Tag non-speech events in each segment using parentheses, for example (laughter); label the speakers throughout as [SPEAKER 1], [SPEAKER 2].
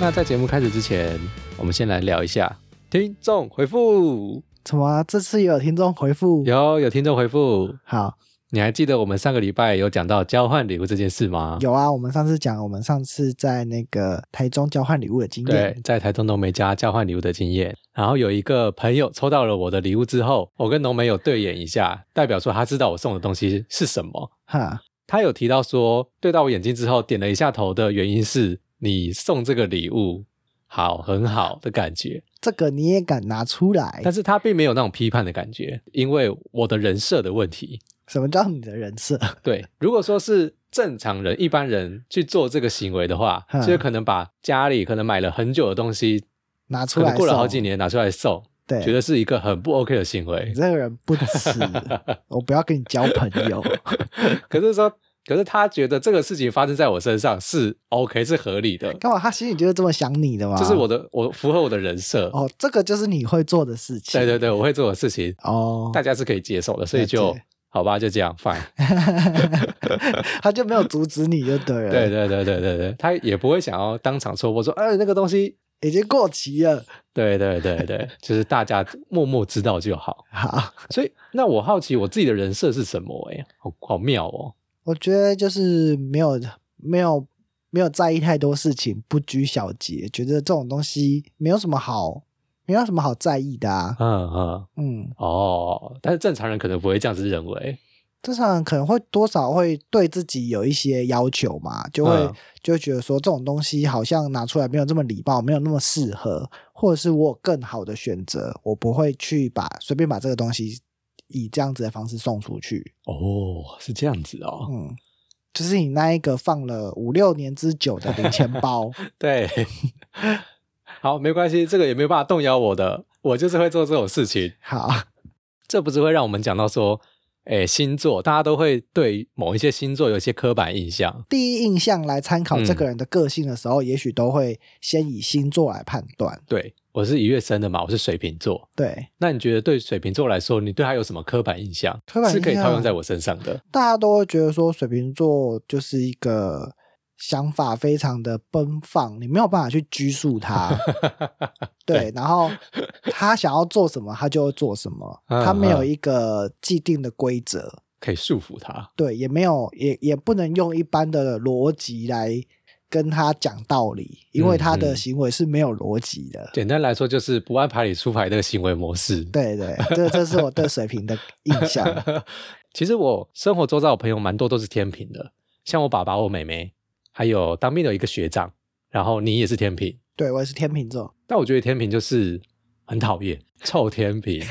[SPEAKER 1] 那在节目开始之前，我们先来聊一下听众回复。
[SPEAKER 2] 怎么啊这次也有听众回复？
[SPEAKER 1] 有有听众回复，
[SPEAKER 2] 好，
[SPEAKER 1] 你还记得我们上个礼拜有讲到交换礼物这件事吗？
[SPEAKER 2] 有啊，我们上次讲，我们上次在那个台中交换礼物的经
[SPEAKER 1] 对
[SPEAKER 2] 验，，
[SPEAKER 1] 在台中浓眉家交换礼物的经验，然后有一个朋友抽到了我的礼物之后，我跟浓眉有对眼一下，代表说他知道我送的东西是什么。
[SPEAKER 2] 哈，
[SPEAKER 1] 他有提到说，对到我眼睛之后点了一下头的原因是你送这个礼物好，很好的感觉，
[SPEAKER 2] 这个你也敢拿出来
[SPEAKER 1] 但？是他并没有那种批判的感觉，因为我的人设的问题。
[SPEAKER 2] 什么叫你的人设？ (laughs)
[SPEAKER 1] 对，如果说是正常人、一般人去做这个行为的话，
[SPEAKER 2] 嗯
[SPEAKER 1] 就是可能把家里可能买了很久的东西，
[SPEAKER 2] 拿出
[SPEAKER 1] 可
[SPEAKER 2] 来
[SPEAKER 1] 能过了
[SPEAKER 2] 送
[SPEAKER 1] 好几，年拿出来送，
[SPEAKER 2] 对，
[SPEAKER 1] 觉得是一个很不 OK 的行为
[SPEAKER 2] 你。这个人不耻，我不要跟你交朋
[SPEAKER 1] (laughs)
[SPEAKER 2] 友。
[SPEAKER 1] (laughs) 可是说，可是他觉得这个事情发生在我身上是 OK，是合理的，
[SPEAKER 2] 干嘛？他心里就是这么想你的吗？
[SPEAKER 1] 这是我的我符合我的人设。
[SPEAKER 2] 哦，这个就是你会做的事情。
[SPEAKER 1] 对对对，我会做的事情，
[SPEAKER 2] 哦，
[SPEAKER 1] 大家是可以接受的，所以
[SPEAKER 2] 了解
[SPEAKER 1] 就好吧，就这样 fine。
[SPEAKER 2] 他就没有阻止你就 (laughs) 对了，
[SPEAKER 1] 对，对对对对对，他也不会想要当场戳破说，哎，那个东西
[SPEAKER 2] 已经过期了。
[SPEAKER 1] 对对对对，就是大家默默知道就好。
[SPEAKER 2] 好，
[SPEAKER 1] 所以，那我好奇我自己的人设是什么、欸？好好妙哦。
[SPEAKER 2] 我觉得就是没有没有没有在意太多事情，不拘小节，觉得这种东西没有什么好，没有什么好在意的啊。
[SPEAKER 1] 嗯嗯，
[SPEAKER 2] 嗯，
[SPEAKER 1] 哦，但是正常人可能不会这样子认为。
[SPEAKER 2] 正常人可能会多少会对自己有一些要求嘛，就会、
[SPEAKER 1] 嗯
[SPEAKER 2] 就会觉得说这种东西好像拿出来没有这么礼貌，没有那么适合，或者是我有更好的选择，我不会去把随便把这个东西以这样子的方式送出去。
[SPEAKER 1] 哦，是这样子哦。
[SPEAKER 2] 嗯，就是你那一个放了五六年之久的零钱
[SPEAKER 1] (laughs)
[SPEAKER 2] 包，
[SPEAKER 1] 对，好，没关系，这个也没有办法动摇我的，我就是会做这种事情。
[SPEAKER 2] 好，
[SPEAKER 1] 这不是会让我们讲到说，哎，星座，大家都会对某一些星座有一些刻板印象。
[SPEAKER 2] 第一印象来参考
[SPEAKER 1] 嗯
[SPEAKER 2] 这个人的个性的时候，也许都会先以星座来判断。
[SPEAKER 1] 对我是一月生的嘛，我是水瓶座。
[SPEAKER 2] 对，
[SPEAKER 1] 那你觉得对水瓶座来说，你对他有什么刻板印象？
[SPEAKER 2] 刻板
[SPEAKER 1] 是可以
[SPEAKER 2] 印
[SPEAKER 1] 套用
[SPEAKER 2] 象
[SPEAKER 1] 在我身上的。
[SPEAKER 2] 大家都会觉得说水瓶座就是一个想法非常的奔放，你没有办法去拘束
[SPEAKER 1] (laughs)
[SPEAKER 2] 他。对，然后他想要做什么，他就会做什么，
[SPEAKER 1] 嗯
[SPEAKER 2] 他没有
[SPEAKER 1] 嗯
[SPEAKER 2] 一个既定的规则。
[SPEAKER 1] 可以束缚他。
[SPEAKER 2] 对，也没有，也也不能用一般的逻辑来跟他讲道理，因为他
[SPEAKER 1] 嗯嗯
[SPEAKER 2] 的行为是没有逻辑的。
[SPEAKER 1] 简单来说，就是不按牌理出牌这个行为模式。 (laughs)
[SPEAKER 2] 对对，这这是我对水瓶的印象。
[SPEAKER 1] 其实我生活周遭的朋友蛮多都是天平的，像我爸爸、我妹妹，还有当兵的一个学长，然后你也是天平。
[SPEAKER 2] 对我也是天秤座， (laughs)
[SPEAKER 1] 但我觉得天平就是很讨厌，臭天
[SPEAKER 2] (laughs)
[SPEAKER 1] 平。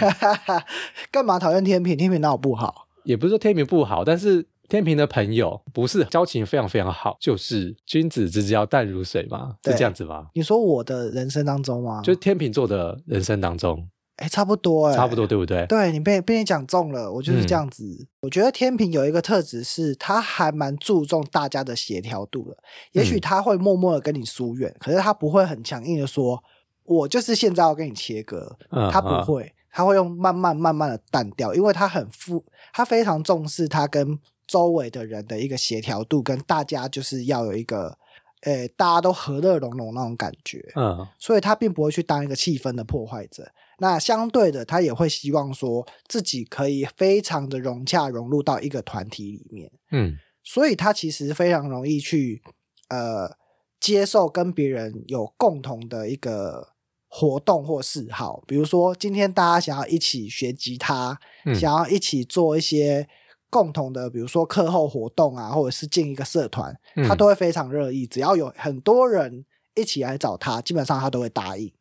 [SPEAKER 2] 干嘛讨厌天秤？天秤哪有不好？
[SPEAKER 1] 也不是说天平不好，但是天平的朋友不是交情非常非常好，就是君子之交淡如水嘛，是
[SPEAKER 2] 对
[SPEAKER 1] 这样子吗？
[SPEAKER 2] 你说我的人生当中吗？
[SPEAKER 1] 就是天秤座的人生当中，
[SPEAKER 2] 哎，差不多，哎，
[SPEAKER 1] 差不多。嗯对不对？
[SPEAKER 2] 对你被被你讲中了，我就是这样子。我觉得天平有一个特质是，他还蛮注重大家的协调度的。也许
[SPEAKER 1] 嗯
[SPEAKER 2] 他会默默的跟你疏远，可是他不会很强硬的说“我就是现在要跟你切割”，
[SPEAKER 1] 嗯
[SPEAKER 2] 他不会，他会用慢慢慢慢的淡掉，因为他很负，他非常重视他跟周围的人的一个协调度，跟大家就是要有一个。呃，大家都和乐融融那种感觉，
[SPEAKER 1] 嗯
[SPEAKER 2] 所以他并不会去当一个气氛的破坏者。那相对的，他也会希望说自己可以非常的融洽融入到一个团体里面，
[SPEAKER 1] 嗯
[SPEAKER 2] 所以他其实非常容易去呃接受跟别人有共同的一个活动或嗜好。比如说，今天大家想要一起学吉他，
[SPEAKER 1] 嗯
[SPEAKER 2] 想要一起做一些共同的，比如说课后活动啊，或者是进一个社团，
[SPEAKER 1] 嗯，
[SPEAKER 2] 他都会非常乐意。只要有很多人一起来找他，基本上他都会答应。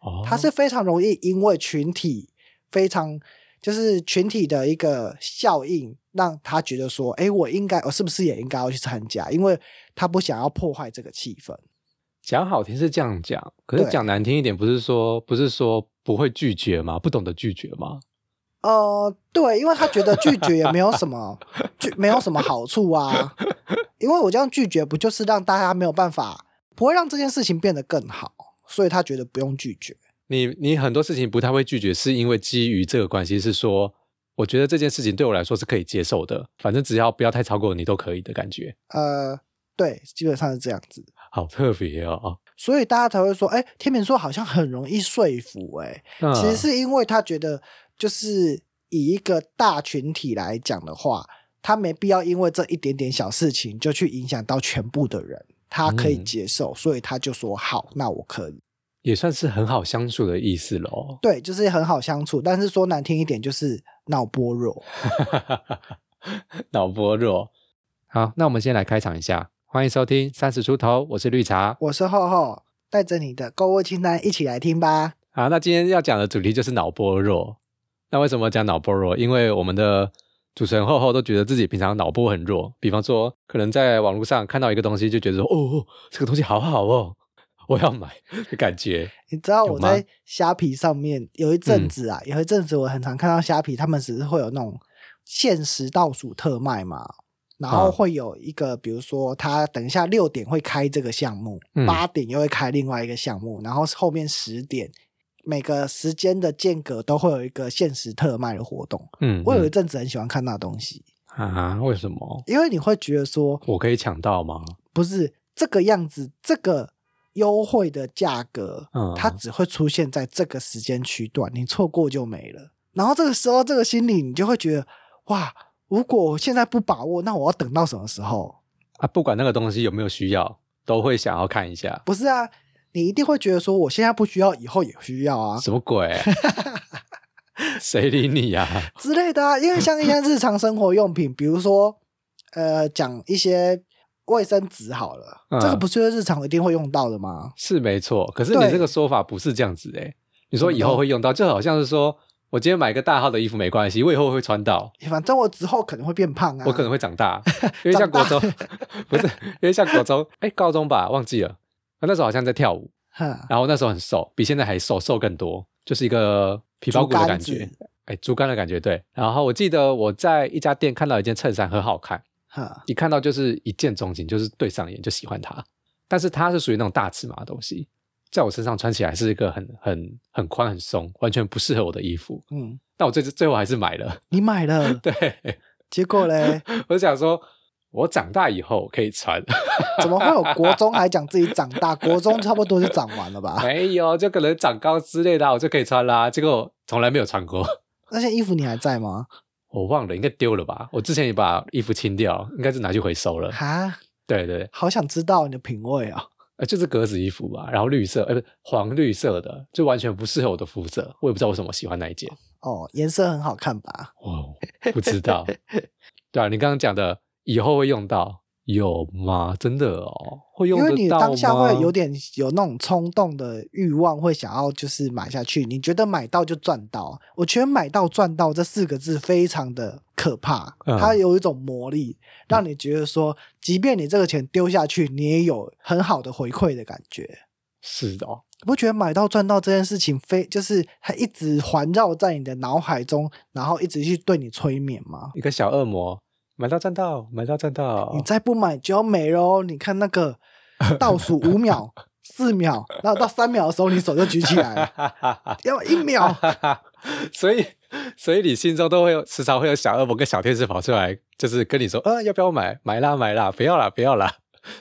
[SPEAKER 1] 哦
[SPEAKER 2] 他是非常容易因为群体非常就是群体的一个效应，让他觉得说，哎，我应该，我是不是也应该要去参加？因为他不想要破坏这个气氛。
[SPEAKER 1] 讲好听是这样讲，可是
[SPEAKER 2] 对
[SPEAKER 1] 讲难听一点，不是说不是说不会拒绝吗？不懂得拒绝吗？
[SPEAKER 2] 呃，对，因为他觉得拒绝也没有什么拒没有什么好处啊，因为我这样拒绝不就是让大家没有办法，不会让这件事情变得更好，所以他觉得不用拒绝。
[SPEAKER 1] 你你很多事情不太会拒绝，是因为基于这个关系，是说我觉得这件事情对我来说是可以接受的，反正只要不要太超过你都可以的感觉
[SPEAKER 2] 呃，对，基本上是这样子。
[SPEAKER 1] 好特别哦。
[SPEAKER 2] 所以大家才会说，哎、天秤座好像很容易说服、哎、
[SPEAKER 1] 那
[SPEAKER 2] 其实是因为他觉得，就是以一个大群体来讲的话，他没必要因为这一点点小事情就去影响到全部的人，他可以
[SPEAKER 1] 嗯
[SPEAKER 2] 接受，所以他就说好，那我可以。
[SPEAKER 1] 也算是很好相处的意思喽。
[SPEAKER 2] 对，就是很好相处，但是说难听一点，就是脑波弱。
[SPEAKER 1] (laughs) 脑波弱。好，那我们先来开场一下，欢迎收听三十出头，我是绿茶。
[SPEAKER 2] 我是厚厚，带着你的购物清单一起来听吧。
[SPEAKER 1] 好，那今天要讲的主题就是脑波弱。那为什么讲脑波弱？因为我们的主持人厚厚都觉得自己平常脑波很弱，比方说可能在网络上看到一个东西，就觉得说哦，这个东西好好哦，我要买的感觉。
[SPEAKER 2] 你知道
[SPEAKER 1] 有
[SPEAKER 2] 我
[SPEAKER 1] 吗
[SPEAKER 2] 在虾皮上面有一阵
[SPEAKER 1] 嗯
[SPEAKER 2] 子啊，有一阵子我很常看到虾皮，他们只是会有那种限时倒数特卖嘛，然后
[SPEAKER 1] 嗯
[SPEAKER 2] 会有一个，比如说他等一下六点会开这个项目
[SPEAKER 1] 嗯，
[SPEAKER 2] 八、点又会开另外一个项目，然后后面十点每个时间的间隔都会有一个限时特卖的活动。
[SPEAKER 1] 嗯，
[SPEAKER 2] 我有一
[SPEAKER 1] 嗯
[SPEAKER 2] 阵子很喜欢看那东西，
[SPEAKER 1] 啊，为什么？
[SPEAKER 2] 因为你会觉得说，
[SPEAKER 1] 我可以抢到吗？
[SPEAKER 2] 不是这个样子，这个优惠的价格，
[SPEAKER 1] 嗯
[SPEAKER 2] 它只会出现在这个时间区段，你错过就没了。然后这个时候，这个心理你就会觉得，哇，如果我现在不把握，那我要等到什么时候？
[SPEAKER 1] 啊，不管那个东西有没有需要，都会想要看一下。
[SPEAKER 2] 不是啊，你一定会觉得说，我现在不需要，以后也需要啊
[SPEAKER 1] 什么
[SPEAKER 2] (laughs)
[SPEAKER 1] 鬼？谁理你呀、
[SPEAKER 2] 之类的啊。因为像一些日常生活用品，比如说，呃，讲一些卫生纸好了，
[SPEAKER 1] 嗯
[SPEAKER 2] 这个不是就是日常一定会用到的吗？
[SPEAKER 1] 是没错，可是
[SPEAKER 2] 对嗯
[SPEAKER 1] 你这个说法不是这样子诶、你说
[SPEAKER 2] 怎么
[SPEAKER 1] 以后
[SPEAKER 2] 说
[SPEAKER 1] 会用到，就好像是说我今天买一个大号的衣服没关系，我以后会穿到，
[SPEAKER 2] 反正我之后可能会变胖啊，
[SPEAKER 1] 我可能会长
[SPEAKER 2] (laughs)
[SPEAKER 1] 大，因为像国中不是，因为像国中哎、高中吧忘记了，啊那时候好像在跳舞，
[SPEAKER 2] 哼
[SPEAKER 1] 然后那时候很瘦，比现在还瘦，瘦更多，就是一个皮包骨的感
[SPEAKER 2] 竹
[SPEAKER 1] 觉
[SPEAKER 2] 竿，
[SPEAKER 1] 哎竹竿的感觉对。然后我记得我在一家店看到一件衬衫很好看，
[SPEAKER 2] 哼。
[SPEAKER 1] 一看到就是一见钟情，就是对上眼就喜欢它。但是它是属于那种大尺码的东西，在我身上穿起来是一个很很很宽很松，完全不适合我的衣服。
[SPEAKER 2] 嗯，
[SPEAKER 1] 但我最最后还是买了。 (laughs)
[SPEAKER 2] 你买了，
[SPEAKER 1] 对，
[SPEAKER 2] 结果嘞，
[SPEAKER 1] 我就想说，我长大以后可以穿， (laughs)
[SPEAKER 2] 怎么会有国中还讲自己长大？国中差不多就长完了吧？
[SPEAKER 1] (laughs) 没有就可能长高之类的啊，我就可以穿啦。结果从来没有穿过，
[SPEAKER 2] 那件衣服你还在吗？
[SPEAKER 1] 我忘了，应该丢了吧？我之前也把衣服清掉，应该是拿去回收了。
[SPEAKER 2] 哈，
[SPEAKER 1] 对对，
[SPEAKER 2] 好想知道你的品味啊！
[SPEAKER 1] 呃，就是格子衣服吧，然后绿色，呃，不是黄绿色的，就完全不适合我的肤色，我也不知道为什么我喜欢那一件，
[SPEAKER 2] 哦，颜色很好看吧？
[SPEAKER 1] 哦，不知道，对啊，你刚刚讲的以后会用到，有吗？真的哦，会用
[SPEAKER 2] 因
[SPEAKER 1] 得到
[SPEAKER 2] 为你当下
[SPEAKER 1] 吗
[SPEAKER 2] 会有点有那种冲动的欲望，会想要就是买下去。你觉得买到就赚到？我觉得买到赚到这四个字非常的可怕，
[SPEAKER 1] 嗯
[SPEAKER 2] 它有一种魔力，让你觉得说，即便你这个钱丢下去，你也有很好的回馈的感觉。
[SPEAKER 1] 是的哦，
[SPEAKER 2] 你不觉得买到赚到这件事情非就是它一直环绕在你的脑海中，然后一直去对你催眠吗？
[SPEAKER 1] 一个小恶魔，买到赚到，买到赚到
[SPEAKER 2] 你，再不买就要没了哦！你看
[SPEAKER 1] (laughs)
[SPEAKER 2] 那个倒数五秒、四秒，然后到三秒的时候，你手就举起来了，要一秒。
[SPEAKER 1] (laughs) 所以所以你心中都会有时常会有小恶魔跟小天使跑出来，就是跟你说，呃，要不要买？买啦买啦，不要啦不要啦，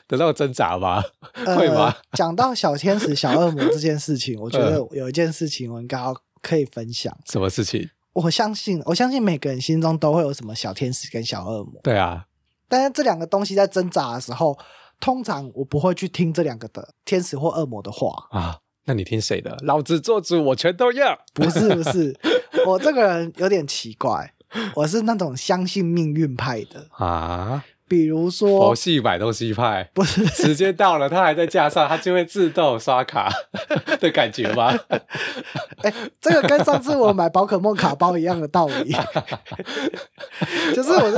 [SPEAKER 1] 得到挣扎吗？ (laughs) 会吗嗯
[SPEAKER 2] 呃？讲到小天使、小恶魔这件事情，我觉得有一件事情我应该要可以分享。
[SPEAKER 1] 什么事情？
[SPEAKER 2] 我相信，我相信每个人心中都会有什么小天使跟小恶魔。
[SPEAKER 1] 对啊，
[SPEAKER 2] 但是这两个东西在挣扎的时候，通常我不会去听这两个的天使或恶魔的话，
[SPEAKER 1] 啊，那你听谁的？老子做主，我全都要。
[SPEAKER 2] 不是不
[SPEAKER 1] (laughs)
[SPEAKER 2] 是，我这个人有点奇怪，我是那种相信命运派的，
[SPEAKER 1] 啊，
[SPEAKER 2] 比如
[SPEAKER 1] 佛
[SPEAKER 2] 说
[SPEAKER 1] 系买东西派，
[SPEAKER 2] 不是，
[SPEAKER 1] 时间到了，他还在架上，他就会自动刷卡 (laughs) 的感觉吗？
[SPEAKER 2] 哎、这个跟上次我买宝可梦卡包一样的
[SPEAKER 1] (laughs)
[SPEAKER 2] 道理，就是我是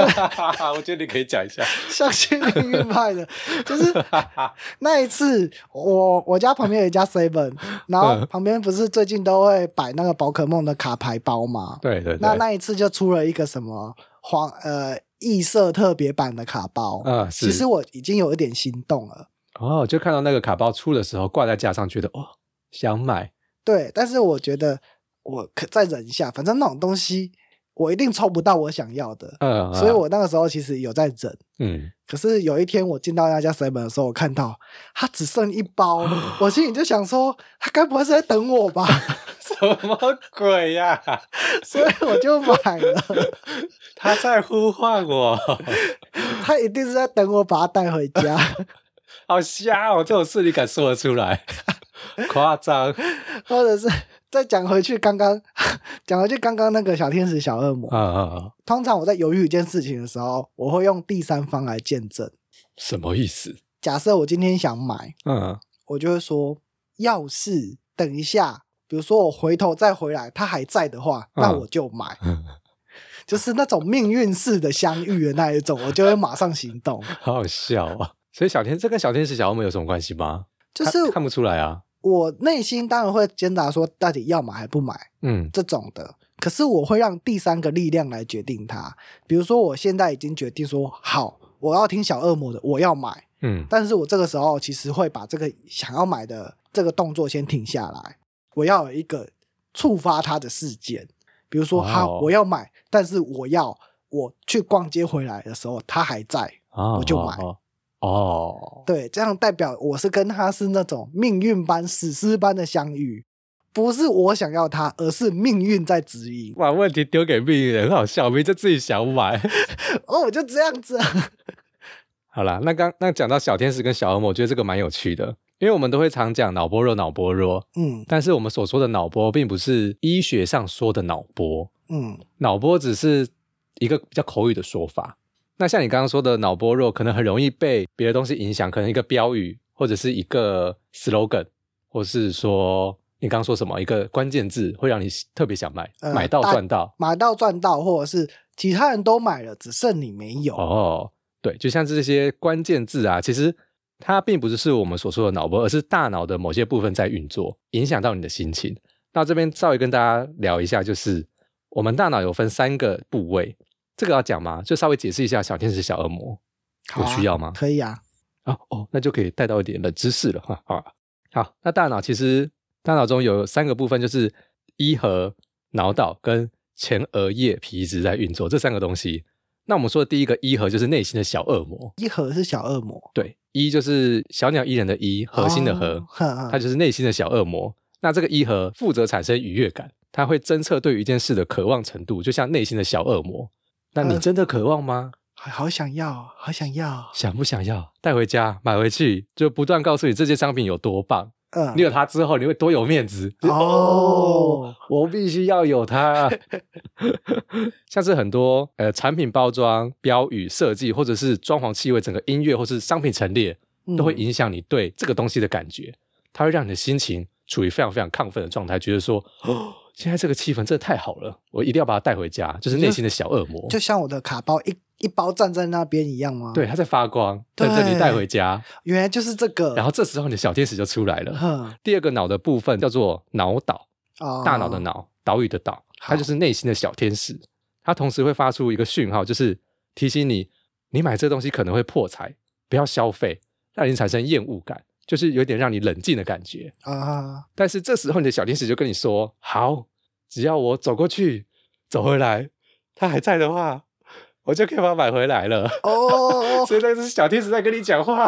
[SPEAKER 1] 我觉得你可以讲一下。
[SPEAKER 2] 相信命运派的，就是那一次，我我家旁边有一家 Seven，然后
[SPEAKER 1] 嗯
[SPEAKER 2] 旁边不是最近都会摆那个宝可梦的卡牌包嘛，
[SPEAKER 1] 对对对，
[SPEAKER 2] 那那一次就出了一个什么黄呃异色特别版的卡包，
[SPEAKER 1] 嗯是
[SPEAKER 2] 其实我已经有一点心动了，
[SPEAKER 1] 哦，就看到那个卡包出的时候挂在架上，觉得哦想买，
[SPEAKER 2] 对，但是我觉得我可再忍一下，反正那种东西。我一定抽不到我想要的，
[SPEAKER 1] 嗯，
[SPEAKER 2] 所以
[SPEAKER 1] 嗯
[SPEAKER 2] 我那个时候其实有在忍。
[SPEAKER 1] 嗯，
[SPEAKER 2] 可是有一天我进到那家 seven 的时候，我看到它只剩一
[SPEAKER 1] (gasps)
[SPEAKER 2] 包，我心里就想说，它该不会是在等我吧？ (laughs)
[SPEAKER 1] 什么鬼 (laughs) 呀、
[SPEAKER 2] 所以我就买了，
[SPEAKER 1] 他在呼唤我，
[SPEAKER 2] 它一定是在等我把它带回家。
[SPEAKER 1] 好瞎哦！这种事你敢说得出来？ (laughs) 夸张，
[SPEAKER 2] 或者是再讲回去刚刚讲回去刚刚那个小天使小恶魔。
[SPEAKER 1] 啊啊！啊
[SPEAKER 2] 通常我在犹豫一件事情的时候，我会用第三方来见证。
[SPEAKER 1] 什么意思？
[SPEAKER 2] 假设我今天想买，
[SPEAKER 1] 嗯
[SPEAKER 2] 我就会说，要是等一下，比如说我回头再回来，他还在的话，
[SPEAKER 1] 嗯
[SPEAKER 2] 那我就买。
[SPEAKER 1] 嗯，
[SPEAKER 2] 就是那种命运式的相遇的那一种，我就会马上行动。
[SPEAKER 1] 好好笑啊！所以小天，这跟小天使小恶魔有什么关系吗？
[SPEAKER 2] 就是
[SPEAKER 1] 看看不出来啊。
[SPEAKER 2] 我内心当然会挣扎说，到底要买还不买。
[SPEAKER 1] 嗯
[SPEAKER 2] 这种的。可是我会让第三个力量来决定它。比如说，我现在已经决定说好，我要听小恶魔的，我要买。
[SPEAKER 1] 嗯
[SPEAKER 2] 但是我这个时候其实会把这个想要买的这个动作先停下来，我要有一个触发它的事件。比如说，
[SPEAKER 1] 哇哦
[SPEAKER 2] 好，我要买，但是我要我去逛街回来的时候，它还在。
[SPEAKER 1] 啊，
[SPEAKER 2] 我就买
[SPEAKER 1] 哦哦，
[SPEAKER 2] 对，这样代表我是跟他是那种命运般、史诗般的相遇，不是我想要它，而是命运在指引。
[SPEAKER 1] 把问题丢给命运，很好笑，明就自己想买。
[SPEAKER 2] 哦，我就这样子、啊。
[SPEAKER 1] (laughs) 好啦，那刚那讲到小天使跟小恶魔，我觉得这个蛮有趣的，因为我们都会常讲脑波弱，脑波弱，
[SPEAKER 2] 嗯
[SPEAKER 1] 但是我们所说的脑波，并不是医学上说的脑波，
[SPEAKER 2] 嗯
[SPEAKER 1] 脑波只是一个比较口语的说法。那像你刚刚说的脑波弱，可能很容易被别的东西影响，可能一个标语或者是一个 slogan，或是说你刚刚说什么一个关键字，会让你特别想买，
[SPEAKER 2] 呃
[SPEAKER 1] 买到
[SPEAKER 2] 大
[SPEAKER 1] 赚到。
[SPEAKER 2] 买到赚到，或者是其他人都买了，只剩你没有。
[SPEAKER 1] 哦，对，就像是这些关键字啊，其实它并不是是我们所说的脑波，而是大脑的某些部分在运作，影响到你的心情。那这边稍微跟大家聊一下，就是我们大脑有分三个部位，这个要讲吗？就稍微解释一下小天使、小恶魔
[SPEAKER 2] 好
[SPEAKER 1] 有
[SPEAKER 2] 啊
[SPEAKER 1] 需要吗？
[SPEAKER 2] 可以啊，
[SPEAKER 1] 啊哦，那就可以带到一点冷知识了哈。好啊，好，那大脑其实大脑中有三个部分，就是一核、脑岛跟前额叶皮质在运作这三个东西。那我们说的第一个一核就是内心的小恶魔，
[SPEAKER 2] 一盒是小恶魔，
[SPEAKER 1] 对，一就是小鸟依人的一，核心的核，
[SPEAKER 2] 哦哼哼
[SPEAKER 1] 它就是内心的小恶魔。那这个一核负责产生愉悦感，它会侦测对于一件事的渴望程度，就像内心的小恶魔。那你
[SPEAKER 2] 呃
[SPEAKER 1] 真的渴望吗？
[SPEAKER 2] 好好想要，哦好想要。
[SPEAKER 1] 想不想要带回家买回去？就不断告诉你这件商品有多棒。
[SPEAKER 2] 嗯
[SPEAKER 1] 你，有它之后，你会多有面子
[SPEAKER 2] 哦
[SPEAKER 1] (laughs) 我必须要有
[SPEAKER 2] (laughs)
[SPEAKER 1] 它。像是很多呃产品包装、标语设计，或者是装潢气味、整个音乐或是商品陈列，
[SPEAKER 2] 嗯
[SPEAKER 1] 都会影响你对这个东西的感觉。它会让你的心情处于非常非常亢奋的状态，觉得说，哦，现在这个气氛真的太好了，我一定要把它带回家，就是内心的小恶魔。
[SPEAKER 2] 就像我的卡包一一包站在那边一样吗？
[SPEAKER 1] 对，，它在发光，等着你带回家。
[SPEAKER 2] 原来就是这个。
[SPEAKER 1] 然后这时候你的小天使就出来了。
[SPEAKER 2] 哼，
[SPEAKER 1] 第二个脑的部分叫做脑岛，
[SPEAKER 2] 哦，
[SPEAKER 1] 大脑的，脑，岛屿的岛，它
[SPEAKER 2] 好
[SPEAKER 1] 就是内心的小天使。它同时会发出一个讯号，就是提醒你，你买这东西可能会破财，不要消费，让你产生厌恶感，就是有点让你冷静的感觉。
[SPEAKER 2] 啊，
[SPEAKER 1] 但是这时候你的小天使就跟你说：“好，只要我走过去，走回来，它还在的话，我就可以把它买回来了。 (laughs)
[SPEAKER 2] 哦哦，哦
[SPEAKER 1] 所以那是小天使在跟你讲话，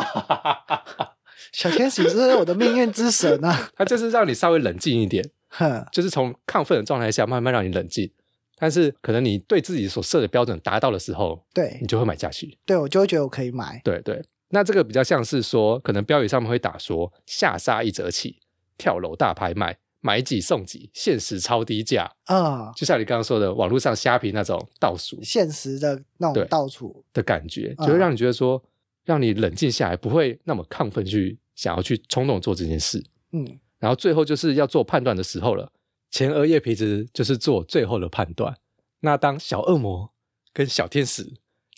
[SPEAKER 1] (laughs)
[SPEAKER 2] 小天使是我的命运之神啊。
[SPEAKER 1] 它就是让你稍微冷静一点，
[SPEAKER 2] 哼，
[SPEAKER 1] 就是从亢奋的状态下慢慢让你冷静。但是可能你对自己所设的标准达到的时候，你
[SPEAKER 2] 对
[SPEAKER 1] 就会买下去。
[SPEAKER 2] 对，我就会觉得我可以买。
[SPEAKER 1] 对对，那这个比较像是说，可能标语上面会打说下杀一折起，跳楼大拍卖，买几送几，限时超低价。
[SPEAKER 2] 嗯，
[SPEAKER 1] 就像你刚刚说的，网络上虾皮那种倒数
[SPEAKER 2] 现实的那
[SPEAKER 1] 对
[SPEAKER 2] 种到处，
[SPEAKER 1] 的感觉，
[SPEAKER 2] 嗯
[SPEAKER 1] 就会让你觉得说，让你冷静下来，不会那么亢奋去想要去冲动做这件事。
[SPEAKER 2] 嗯，
[SPEAKER 1] 然后最后就是要做判断的时候了。前额叶皮质就是做最后的判断。那当小恶魔跟小天使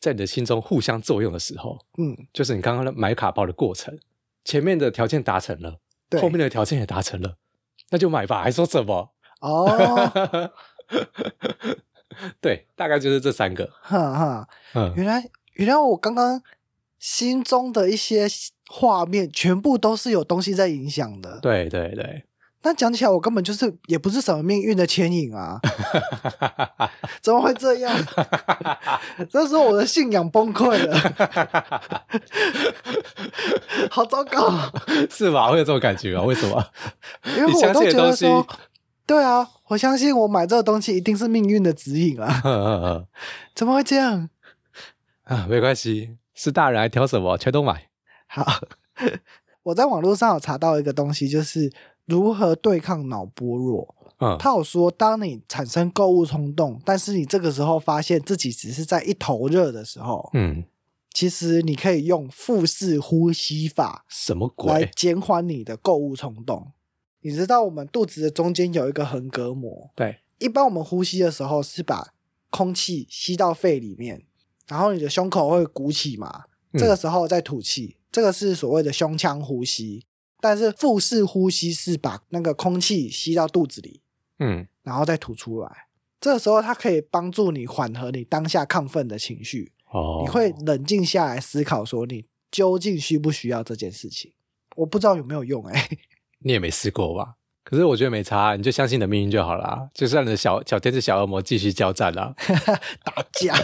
[SPEAKER 1] 在你的心中互相作用的时候，
[SPEAKER 2] 嗯，
[SPEAKER 1] 就是你刚刚买卡包的过程，前面的条件达成了，
[SPEAKER 2] 对，
[SPEAKER 1] 后面的条件也达成了，那就买吧，还说什么？
[SPEAKER 2] 哦， (laughs)
[SPEAKER 1] (laughs) 对，大概就是这三个。
[SPEAKER 2] 哈哈，
[SPEAKER 1] 嗯，
[SPEAKER 2] 原来原来我刚刚心中的一些画面，全部都是有东西在影响的。
[SPEAKER 1] 对对对， (laughs)
[SPEAKER 2] 但讲起来，我根本就是也不是什么命运的牵
[SPEAKER 1] (laughs)
[SPEAKER 2] 引啊，怎么会这样？这时候我的信仰崩溃了，好
[SPEAKER 1] (laughs)
[SPEAKER 2] 糟糕啊，
[SPEAKER 1] 是吧？会有这种感觉啊？为什么？ (laughs)
[SPEAKER 2] 因为
[SPEAKER 1] 你
[SPEAKER 2] 我
[SPEAKER 1] 相
[SPEAKER 2] 都
[SPEAKER 1] 信的
[SPEAKER 2] 觉
[SPEAKER 1] 东
[SPEAKER 2] 得
[SPEAKER 1] 西
[SPEAKER 2] 说，对啊，我相信我买这个东西一定是命运的指引啊，
[SPEAKER 1] 啊
[SPEAKER 2] 怎么会这样？
[SPEAKER 1] 啊，没关系，是大人还挑什么，全都买。
[SPEAKER 2] 好， (laughs) 我在网络上有查到一个东西，就是如何对抗脑波弱。
[SPEAKER 1] 嗯，
[SPEAKER 2] 他有说，当你产生购物冲动，但是你这个时候发现自己只是在一头热的时候，
[SPEAKER 1] 嗯，
[SPEAKER 2] 其实你可以用腹式呼吸法
[SPEAKER 1] 什么
[SPEAKER 2] 来
[SPEAKER 1] 鬼？
[SPEAKER 2] 减缓你的购物冲动。你知道我们肚子的中间有一个横膈膜，
[SPEAKER 1] 对，
[SPEAKER 2] 一般我们呼吸的时候是把空气吸到肺里面，然后你的胸口会鼓起嘛，
[SPEAKER 1] 嗯
[SPEAKER 2] 这个时候再吐气，这个是所谓的胸腔呼吸。但是腹式呼吸是把那个空气吸到肚子里，
[SPEAKER 1] 嗯
[SPEAKER 2] 然后再吐出来。这个时候它可以帮助你缓和你当下亢奋的情绪，
[SPEAKER 1] 哦，
[SPEAKER 2] 你会冷静下来思考，说你究竟需不需要这件事情。我不知道有没有用哎、
[SPEAKER 1] 你也没试过吧？可是我觉得没差，你就相信你的命运就好啦。就是让你的小小天使、小恶魔继续交战啦。
[SPEAKER 2] (laughs) 打架。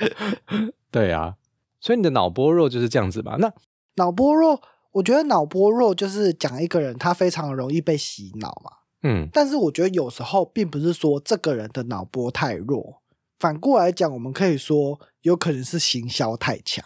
[SPEAKER 1] (laughs) 对啊，所以你的脑波弱就是这样子嘛。那
[SPEAKER 2] (laughs) 脑波弱，我觉得脑波弱就是讲一个人他非常容易被洗脑嘛。
[SPEAKER 1] 嗯
[SPEAKER 2] 但是我觉得有时候并不是说这个人的脑波太弱，反过来讲，我们可以说有可能是行销太强。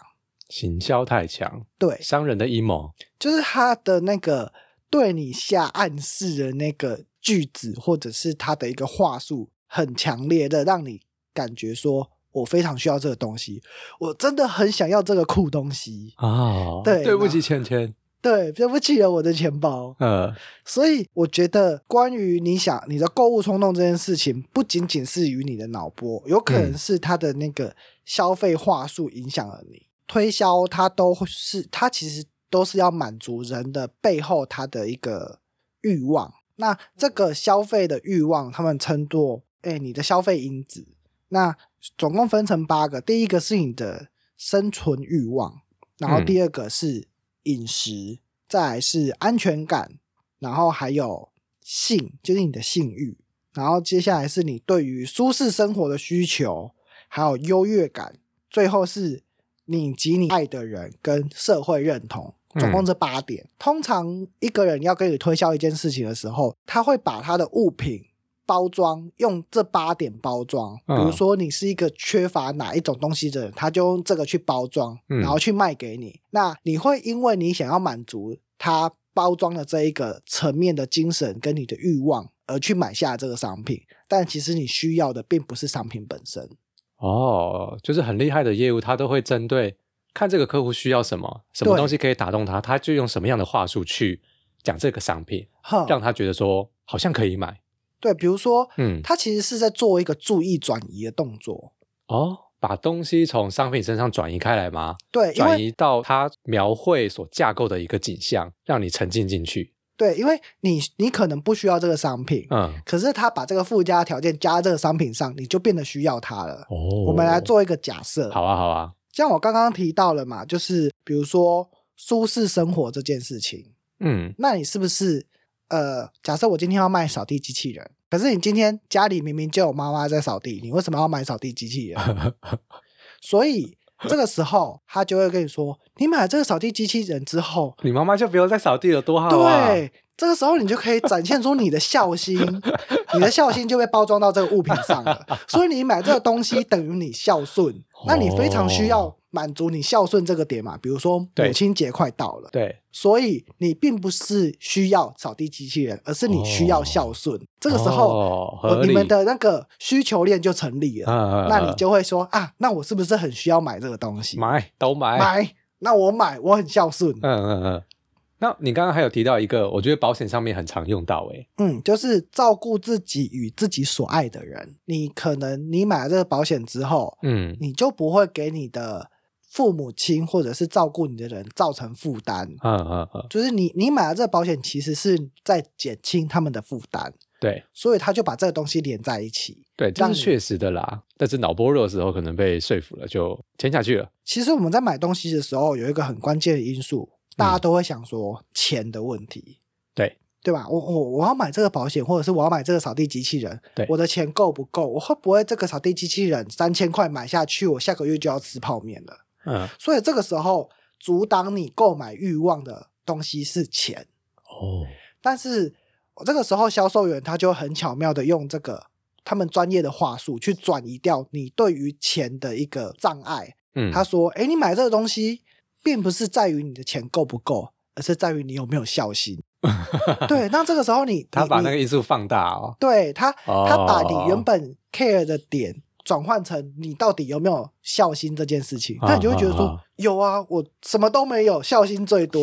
[SPEAKER 1] 行销太强，
[SPEAKER 2] 对，
[SPEAKER 1] 商人的阴谋。
[SPEAKER 2] 就是他的那个对你下暗示的那个句子，或者是他的一个话术，很强烈的让你感觉说，我非常需要这个东西，我真的很想要这个酷东西。
[SPEAKER 1] 哦，
[SPEAKER 2] 对
[SPEAKER 1] 对不起，
[SPEAKER 2] 那
[SPEAKER 1] 芊芊。
[SPEAKER 2] 对，对不起了，我的钱包。
[SPEAKER 1] 呃，
[SPEAKER 2] 所以我觉得，关于你想你的购物冲动这件事情，不仅仅是于你的脑波，有可能
[SPEAKER 1] 嗯
[SPEAKER 2] 是他的那个消费话术影响了你。推销它都是，它其实都是要满足人的背后他的一个欲望。那这个消费的欲望，他们称作哎你的消费因子。那总共分成八个，第一个是你的生存欲望，然后
[SPEAKER 1] 嗯
[SPEAKER 2] 第二个是饮食，再来是安全感，然后还有性，就是你的性欲，然后接下来是你对于舒适生活的需求，还有优越感，最后是你及你爱的人跟社会认同。总
[SPEAKER 1] 嗯
[SPEAKER 2] 共这八点，通常一个人要跟你推销一件事情的时候，他会把他的物品包装用这八点包装。比如
[SPEAKER 1] 嗯
[SPEAKER 2] 说你是一个缺乏哪一种东西的人，他就用这个去包装，
[SPEAKER 1] 嗯
[SPEAKER 2] 然后去卖给你。那你会因为你想要满足他包装的这一个层面的精神跟你的欲望而去买下这个商品，但其实你需要的并不是商品本身。
[SPEAKER 1] 哦，就是很厉害的业务，他都会针对看这个客户需要什么，什么
[SPEAKER 2] 对
[SPEAKER 1] 东西可以打动他，他就用什么样的话术去讲这个商品，
[SPEAKER 2] 哼，
[SPEAKER 1] 让他觉得说好像可以买。
[SPEAKER 2] 对，比如说，
[SPEAKER 1] 嗯，
[SPEAKER 2] 他其实是在做一个注意转移的动作。
[SPEAKER 1] 哦，把东西从商品身上转移开来吗？
[SPEAKER 2] 对，因
[SPEAKER 1] 转
[SPEAKER 2] 为
[SPEAKER 1] 移到他描绘所架构的一个景象，让你沉浸进去。
[SPEAKER 2] 对，因为你你可能不需要这个商品，
[SPEAKER 1] 嗯，
[SPEAKER 2] 可是他把这个附加条件加在这个商品上，你就变得需要它了。
[SPEAKER 1] 哦，
[SPEAKER 2] 我们来，做一个假设，
[SPEAKER 1] 好啊，好啊，
[SPEAKER 2] 像我刚刚提到了嘛，就是比如说舒适生活这件事情，
[SPEAKER 1] 嗯
[SPEAKER 2] 那你是不是呃，假设我今天要卖扫地机器人，可是你今天家里明明就有妈妈在扫地，你为什么要买扫地机器人？ (laughs) 所以这个时候他就会跟你说，你买了这个扫地机器人之后，
[SPEAKER 1] 你妈妈就不用再扫地了，多好啊！
[SPEAKER 2] 对，这个时候你就可以展现出你的孝心，你的孝心就被包装到这个物品上了。所以你买这个东西等于你孝顺，那你非常需要满足你孝顺这个点嘛。比如说母
[SPEAKER 1] 哦对
[SPEAKER 2] 亲节快到了，
[SPEAKER 1] 对，
[SPEAKER 2] 所以你并不是需要扫地机器人，而是你需要孝顺。这个时候、
[SPEAKER 1] 哦、
[SPEAKER 2] 呃
[SPEAKER 1] 合理
[SPEAKER 2] 你们的那个需求链就成立了，
[SPEAKER 1] 嗯
[SPEAKER 2] 那你就会说啊，那我是不是很需要买这个东西？
[SPEAKER 1] 买都买，
[SPEAKER 2] 买，那我买，我很孝顺。
[SPEAKER 1] 嗯嗯嗯。那你刚刚还有提到一个，我觉得保险上面很常用到、欸，
[SPEAKER 2] 嗯，就是照顾自己与自己所爱的人。你可能你买了这个保险之后，
[SPEAKER 1] 嗯，
[SPEAKER 2] 你就不会给你的父母亲或者是照顾你的人造成负担。
[SPEAKER 1] 嗯嗯嗯，
[SPEAKER 2] 就是你你买了这个保险，其实是在减轻他们的负担，
[SPEAKER 1] 对
[SPEAKER 2] 所以他就把这个东西连在一起。
[SPEAKER 1] 对，这
[SPEAKER 2] 让
[SPEAKER 1] 是
[SPEAKER 2] 你
[SPEAKER 1] 确实的啦。但是脑波弱的时候可能被说服了，就签下去了。
[SPEAKER 2] 其实我们在买东西的时候，有一个很关键的因素，大家都会想说钱的问题。
[SPEAKER 1] 嗯对，
[SPEAKER 2] 对吧？我我我要买这个保险，或者是我要买这个扫地机器人，
[SPEAKER 1] 对
[SPEAKER 2] 我的钱够不够？我会不会这个扫地机器人三千块买下去，我下个月就要吃泡面了？
[SPEAKER 1] 嗯，
[SPEAKER 2] 所以这个时候阻挡你购买欲望的东西是钱，
[SPEAKER 1] 哦，
[SPEAKER 2] 但是我这个时候销售员他就很巧妙的用这个他们专业的话术去转移掉你对于钱的一个障碍。
[SPEAKER 1] 嗯，
[SPEAKER 2] 他说：“诶，你买这个东西，并不是在于你的钱够不够，而是在于你有没有孝心。”
[SPEAKER 1] (laughs)
[SPEAKER 2] 对，那这个时候你
[SPEAKER 1] 他
[SPEAKER 2] 你
[SPEAKER 1] 把
[SPEAKER 2] 你
[SPEAKER 1] 那个因素放大哦，
[SPEAKER 2] 对他，他把
[SPEAKER 1] 哦
[SPEAKER 2] 你原本 care 的点转换成你到底有没有孝心这件事情，
[SPEAKER 1] 啊
[SPEAKER 2] 那你就会觉得
[SPEAKER 1] 啊
[SPEAKER 2] 说
[SPEAKER 1] 啊。
[SPEAKER 2] 有啊，我什么都没有，孝心最多，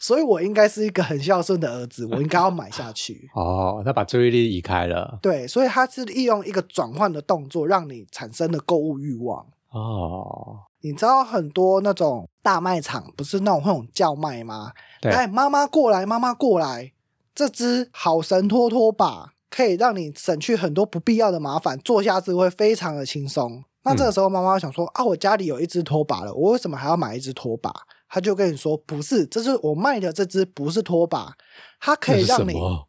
[SPEAKER 2] 所以我应该是一个很孝顺的儿子，我应该要买下去
[SPEAKER 1] 哦，他把注意力移开了，
[SPEAKER 2] 对，所以他是利用一个转换的动作，让你产生了购物欲望。
[SPEAKER 1] 哦，
[SPEAKER 2] 你知道很多那种大卖场不是那种会有叫卖吗？
[SPEAKER 1] 对
[SPEAKER 2] 哎，妈妈过来，妈妈过来，这只好神拖拖把可以让你省去很多不必要的麻烦，坐下是会非常的轻松。那
[SPEAKER 1] 嗯
[SPEAKER 2] 这个时候妈妈想说、啊，我家里有一只拖把了，我为什么还要买一只拖把？他就跟你说，不是，这是我卖的这只不是拖把，它可
[SPEAKER 1] 那
[SPEAKER 2] 以
[SPEAKER 1] 是什
[SPEAKER 2] 让你，
[SPEAKER 1] 么？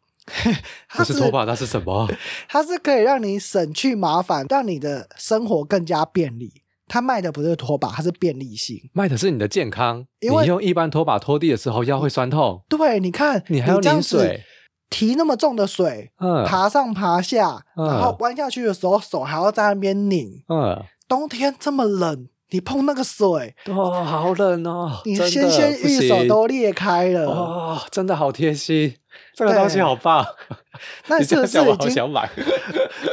[SPEAKER 2] 它
[SPEAKER 1] 不是拖把，那是什
[SPEAKER 2] (laughs)
[SPEAKER 1] 么？
[SPEAKER 2] 它是可以让你省去麻烦，让你的生活更加便利。它卖的不是拖把，它是便利性。
[SPEAKER 1] 卖的是你的健康。你
[SPEAKER 2] 因为
[SPEAKER 1] 用一般拖把拖地的时候腰会酸痛，
[SPEAKER 2] 对，你看，
[SPEAKER 1] 你还要
[SPEAKER 2] 这样
[SPEAKER 1] 淋水
[SPEAKER 2] 子，提那么重的水，
[SPEAKER 1] 嗯
[SPEAKER 2] 爬上爬下，然后
[SPEAKER 1] 嗯
[SPEAKER 2] 弯下去的时候手还要在那边拧。
[SPEAKER 1] 嗯，
[SPEAKER 2] 冬天这么冷，你碰那个水，
[SPEAKER 1] 哦，好冷哦，
[SPEAKER 2] 你
[SPEAKER 1] 真的
[SPEAKER 2] 纤纤
[SPEAKER 1] 不
[SPEAKER 2] 玉手
[SPEAKER 1] 行
[SPEAKER 2] 都裂开了。
[SPEAKER 1] 哦，真的好贴心，这个东西好棒。
[SPEAKER 2] 那
[SPEAKER 1] 你
[SPEAKER 2] 是
[SPEAKER 1] 这
[SPEAKER 2] 不
[SPEAKER 1] 样
[SPEAKER 2] 是
[SPEAKER 1] 讲，我
[SPEAKER 2] 已
[SPEAKER 1] 好想
[SPEAKER 2] 经
[SPEAKER 1] 买。 (laughs)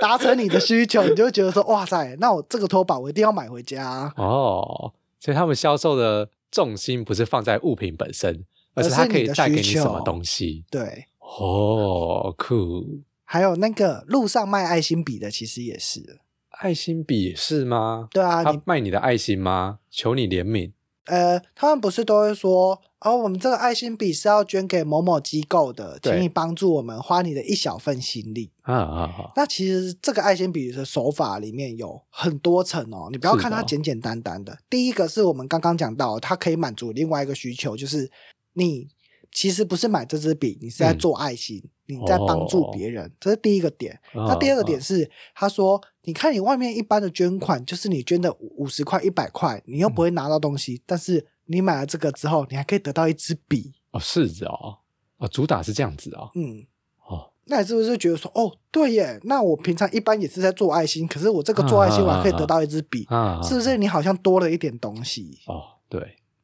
[SPEAKER 2] 达成你的需求？你就会觉得说，哇塞，那我这个拖把我一定要买回家。
[SPEAKER 1] 哦，所以他们销售的重心不是放在物品本身，而
[SPEAKER 2] 而
[SPEAKER 1] 是
[SPEAKER 2] 是
[SPEAKER 1] 它可
[SPEAKER 2] 你
[SPEAKER 1] 以
[SPEAKER 2] 的
[SPEAKER 1] 带给
[SPEAKER 2] 需
[SPEAKER 1] 你什么
[SPEAKER 2] 求
[SPEAKER 1] 东西。
[SPEAKER 2] 对，
[SPEAKER 1] 哦，酷！
[SPEAKER 2] 还有那个路上卖爱心笔的，其实也是。
[SPEAKER 1] 爱心笔也是吗？
[SPEAKER 2] 对啊，你
[SPEAKER 1] 他卖你的爱心吗？求你怜悯。
[SPEAKER 2] 呃，他们不是都会说，哦，我们这个爱心笔是要捐给某某机构的，
[SPEAKER 1] 对
[SPEAKER 2] 请你帮助我们花你的一小份心力。
[SPEAKER 1] 啊啊啊！
[SPEAKER 2] 那其实这个爱心笔的手法里面有很多层哦，你不要
[SPEAKER 1] 是
[SPEAKER 2] 看它
[SPEAKER 1] 的
[SPEAKER 2] 简简单单的。第一个是我们刚刚讲到，它可以满足另外一个需求，就是你其实不是买这支笔，你是在
[SPEAKER 1] 嗯
[SPEAKER 2] 做爱心，你在帮助
[SPEAKER 1] 哦
[SPEAKER 2] 别人，这是第一个点。
[SPEAKER 1] 那
[SPEAKER 2] 那第二
[SPEAKER 1] 啊
[SPEAKER 2] 个点是，他说：“你看你外面一般的捐款，就是你捐的五十块、一百块，你又
[SPEAKER 1] 嗯
[SPEAKER 2] 不会拿到东西，但是你买了这个之后，你还可以得到一支笔。
[SPEAKER 1] 哦，是的哦，哦，主打是这样子哦，
[SPEAKER 2] 嗯，
[SPEAKER 1] 哦，
[SPEAKER 2] 那你是不是觉得说，哦，对耶？那我平常一般也是在做爱心，可是我这个做爱
[SPEAKER 1] 嗯
[SPEAKER 2] 心，我还可以得到一支笔，
[SPEAKER 1] 啊，
[SPEAKER 2] 是不是？你好像多了一点东西？
[SPEAKER 1] 哦，对，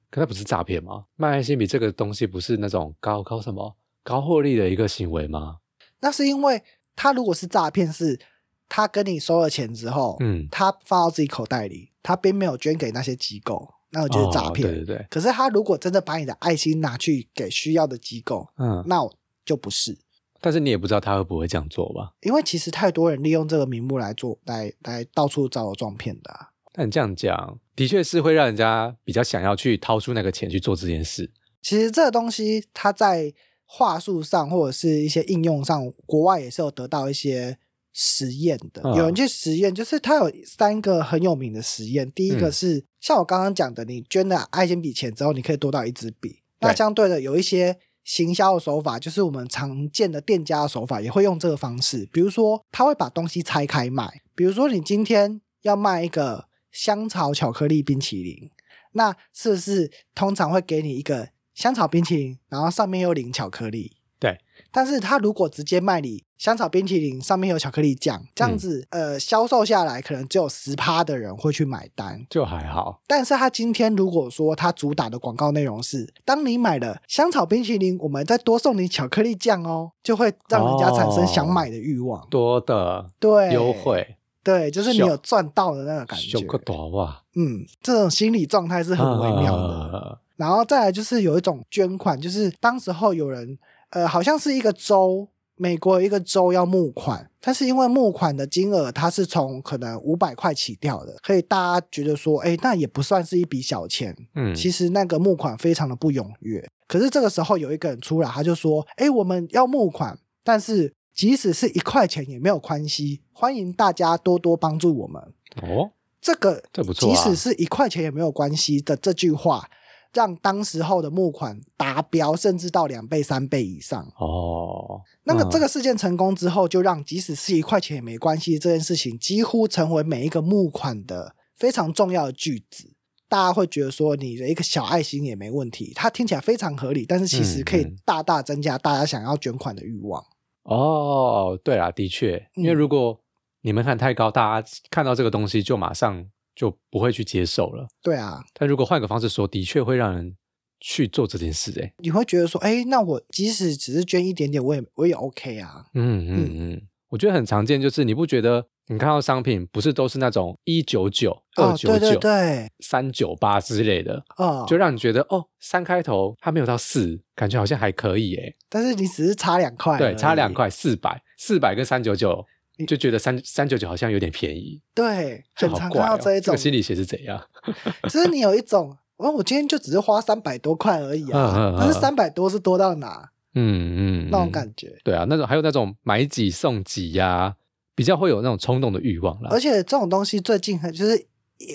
[SPEAKER 1] 可它不是诈骗吗？卖爱心笔这个东西不是那种高高什么高获利的一个行为吗？
[SPEAKER 2] 那是因为他如果是诈骗，是他跟你收了钱之后，
[SPEAKER 1] 嗯，
[SPEAKER 2] 他放到自己口袋里，他并没有捐给那些机构，那我
[SPEAKER 1] 我
[SPEAKER 2] 就是诈骗。
[SPEAKER 1] 哦对对对，
[SPEAKER 2] 可是他如果真的把你的爱心拿去给需要的机构，
[SPEAKER 1] 嗯，
[SPEAKER 2] 那我就不是，
[SPEAKER 1] 但是你也不知道他会不会这样做吧？
[SPEAKER 2] 因为其实太多人利用这个名目来做，来来到处招摇撞骗的啊、
[SPEAKER 1] 那你这样讲，的确是会让人家比较想要去掏出那个钱去做这件事。
[SPEAKER 2] 其实这个东西，它在话术上或者是一些应用上，国外也是有得到一些实验的。
[SPEAKER 1] 嗯
[SPEAKER 2] 有人去实验，就是它有三个很有名的实验，第一个
[SPEAKER 1] 嗯
[SPEAKER 2] 是、像我刚刚讲的，你捐了爱心笔钱之后，你可以多到一支笔。那
[SPEAKER 1] 对
[SPEAKER 2] 相对的，有一些行销的手法，就是我们常见的店家的手法，也会用这个方式。比如说，他会把东西拆开卖。比如说，你今天要卖一个香草巧克力冰淇淋，那是不是通常会给你一个香草冰淇淋，然后上面有淋巧克力？
[SPEAKER 1] 对。
[SPEAKER 2] 但是他如果直接卖你香草冰淇淋，上面有巧克力酱，这样
[SPEAKER 1] 嗯
[SPEAKER 2] 子、呃，销售下来可能只有十趴的人会去买单。
[SPEAKER 1] 就还好，
[SPEAKER 2] 但是他今天如果说他主打的广告内容是，当你买了香草冰淇淋，我们再多送你巧克力酱哦，就会让人家产生想买的欲望。
[SPEAKER 1] 多的
[SPEAKER 2] 对，
[SPEAKER 1] 哦优，惠，
[SPEAKER 2] 对，就是你
[SPEAKER 1] 秀
[SPEAKER 2] 有赚到的那个哎感觉
[SPEAKER 1] 有。个短袜，
[SPEAKER 2] 嗯，这种心理状态是很微
[SPEAKER 1] (laughs)
[SPEAKER 2] 妙的。
[SPEAKER 1] 啊
[SPEAKER 2] 然后再来就是有一种捐款，就是当时候有人，呃，好像是一个州，美国有一个州要募款，但是因为募款的金额它是从可能五百块起跳的，所以大家觉得说，哎，那也不算是一笔小钱，
[SPEAKER 1] 嗯，
[SPEAKER 2] 其实那个募款非常的不踊跃。可是这个时候有一个人出来，他就说：“哎，我们要募款，但是即使是一块钱也没有关系，欢迎大家多多帮助我们。”
[SPEAKER 1] 哦，
[SPEAKER 2] 这个
[SPEAKER 1] 这不错
[SPEAKER 2] 即
[SPEAKER 1] 啊
[SPEAKER 2] 使是一块钱也没有关系的这句话，让当时候的募款达标，甚至到两倍、三倍以上。
[SPEAKER 1] 哦，
[SPEAKER 2] 那个
[SPEAKER 1] 嗯
[SPEAKER 2] 这个事件成功之后，就让即使是一块钱也没关系这件事情，几乎成为每一个募款的非常重要的句子。大家会觉得说，你的一个小爱心也没问题，它听起来非常合理，但是其实可
[SPEAKER 1] 嗯
[SPEAKER 2] 以
[SPEAKER 1] 嗯
[SPEAKER 2] 大大增加大家想要捐款的欲望。
[SPEAKER 1] 哦，对啦，的确，因为
[SPEAKER 2] 嗯
[SPEAKER 1] 如果你门槛太高，大家看到这个东西就马上就不会去接受了。
[SPEAKER 2] 对啊，
[SPEAKER 1] 但如果换个方式说，的确会让人去做这件事、欸。哎，
[SPEAKER 2] 你会觉得说，哎，那我即使只是捐一点点，我也我也 OK 啊。
[SPEAKER 1] 嗯嗯嗯，我觉得很常见，就是你不觉得你看到商品不是都是那种一九九、二
[SPEAKER 2] 哦，
[SPEAKER 1] 九
[SPEAKER 2] 对对
[SPEAKER 1] 九、
[SPEAKER 2] 对，
[SPEAKER 1] 三九八之类的，
[SPEAKER 2] 哦，
[SPEAKER 1] 就让你觉得哦，三开头它没有到四，感觉好像还可以哎、
[SPEAKER 2] 但是你只是差两块，
[SPEAKER 1] 对，差两，块，四百，四百跟三九九，
[SPEAKER 2] 嗯
[SPEAKER 1] 就觉得三三九九好像有点便宜，
[SPEAKER 2] 对，
[SPEAKER 1] 这
[SPEAKER 2] 很
[SPEAKER 1] 好
[SPEAKER 2] 常看
[SPEAKER 1] 怪
[SPEAKER 2] 到
[SPEAKER 1] 哦。
[SPEAKER 2] 这一种
[SPEAKER 1] 个，心理学是怎样？
[SPEAKER 2] (laughs) 就是你有一种，哦，我今天就只是花三百多块而已
[SPEAKER 1] 嗯嗯
[SPEAKER 2] 啊
[SPEAKER 1] 嗯，
[SPEAKER 2] 但是三百多是多到哪
[SPEAKER 1] 嗯嗯，
[SPEAKER 2] 那种
[SPEAKER 1] 嗯
[SPEAKER 2] 感觉。
[SPEAKER 1] 对啊，那种还有那种买几送几呀、比较会有那种冲动的欲望啦
[SPEAKER 2] 而。且这种东西最近很就是，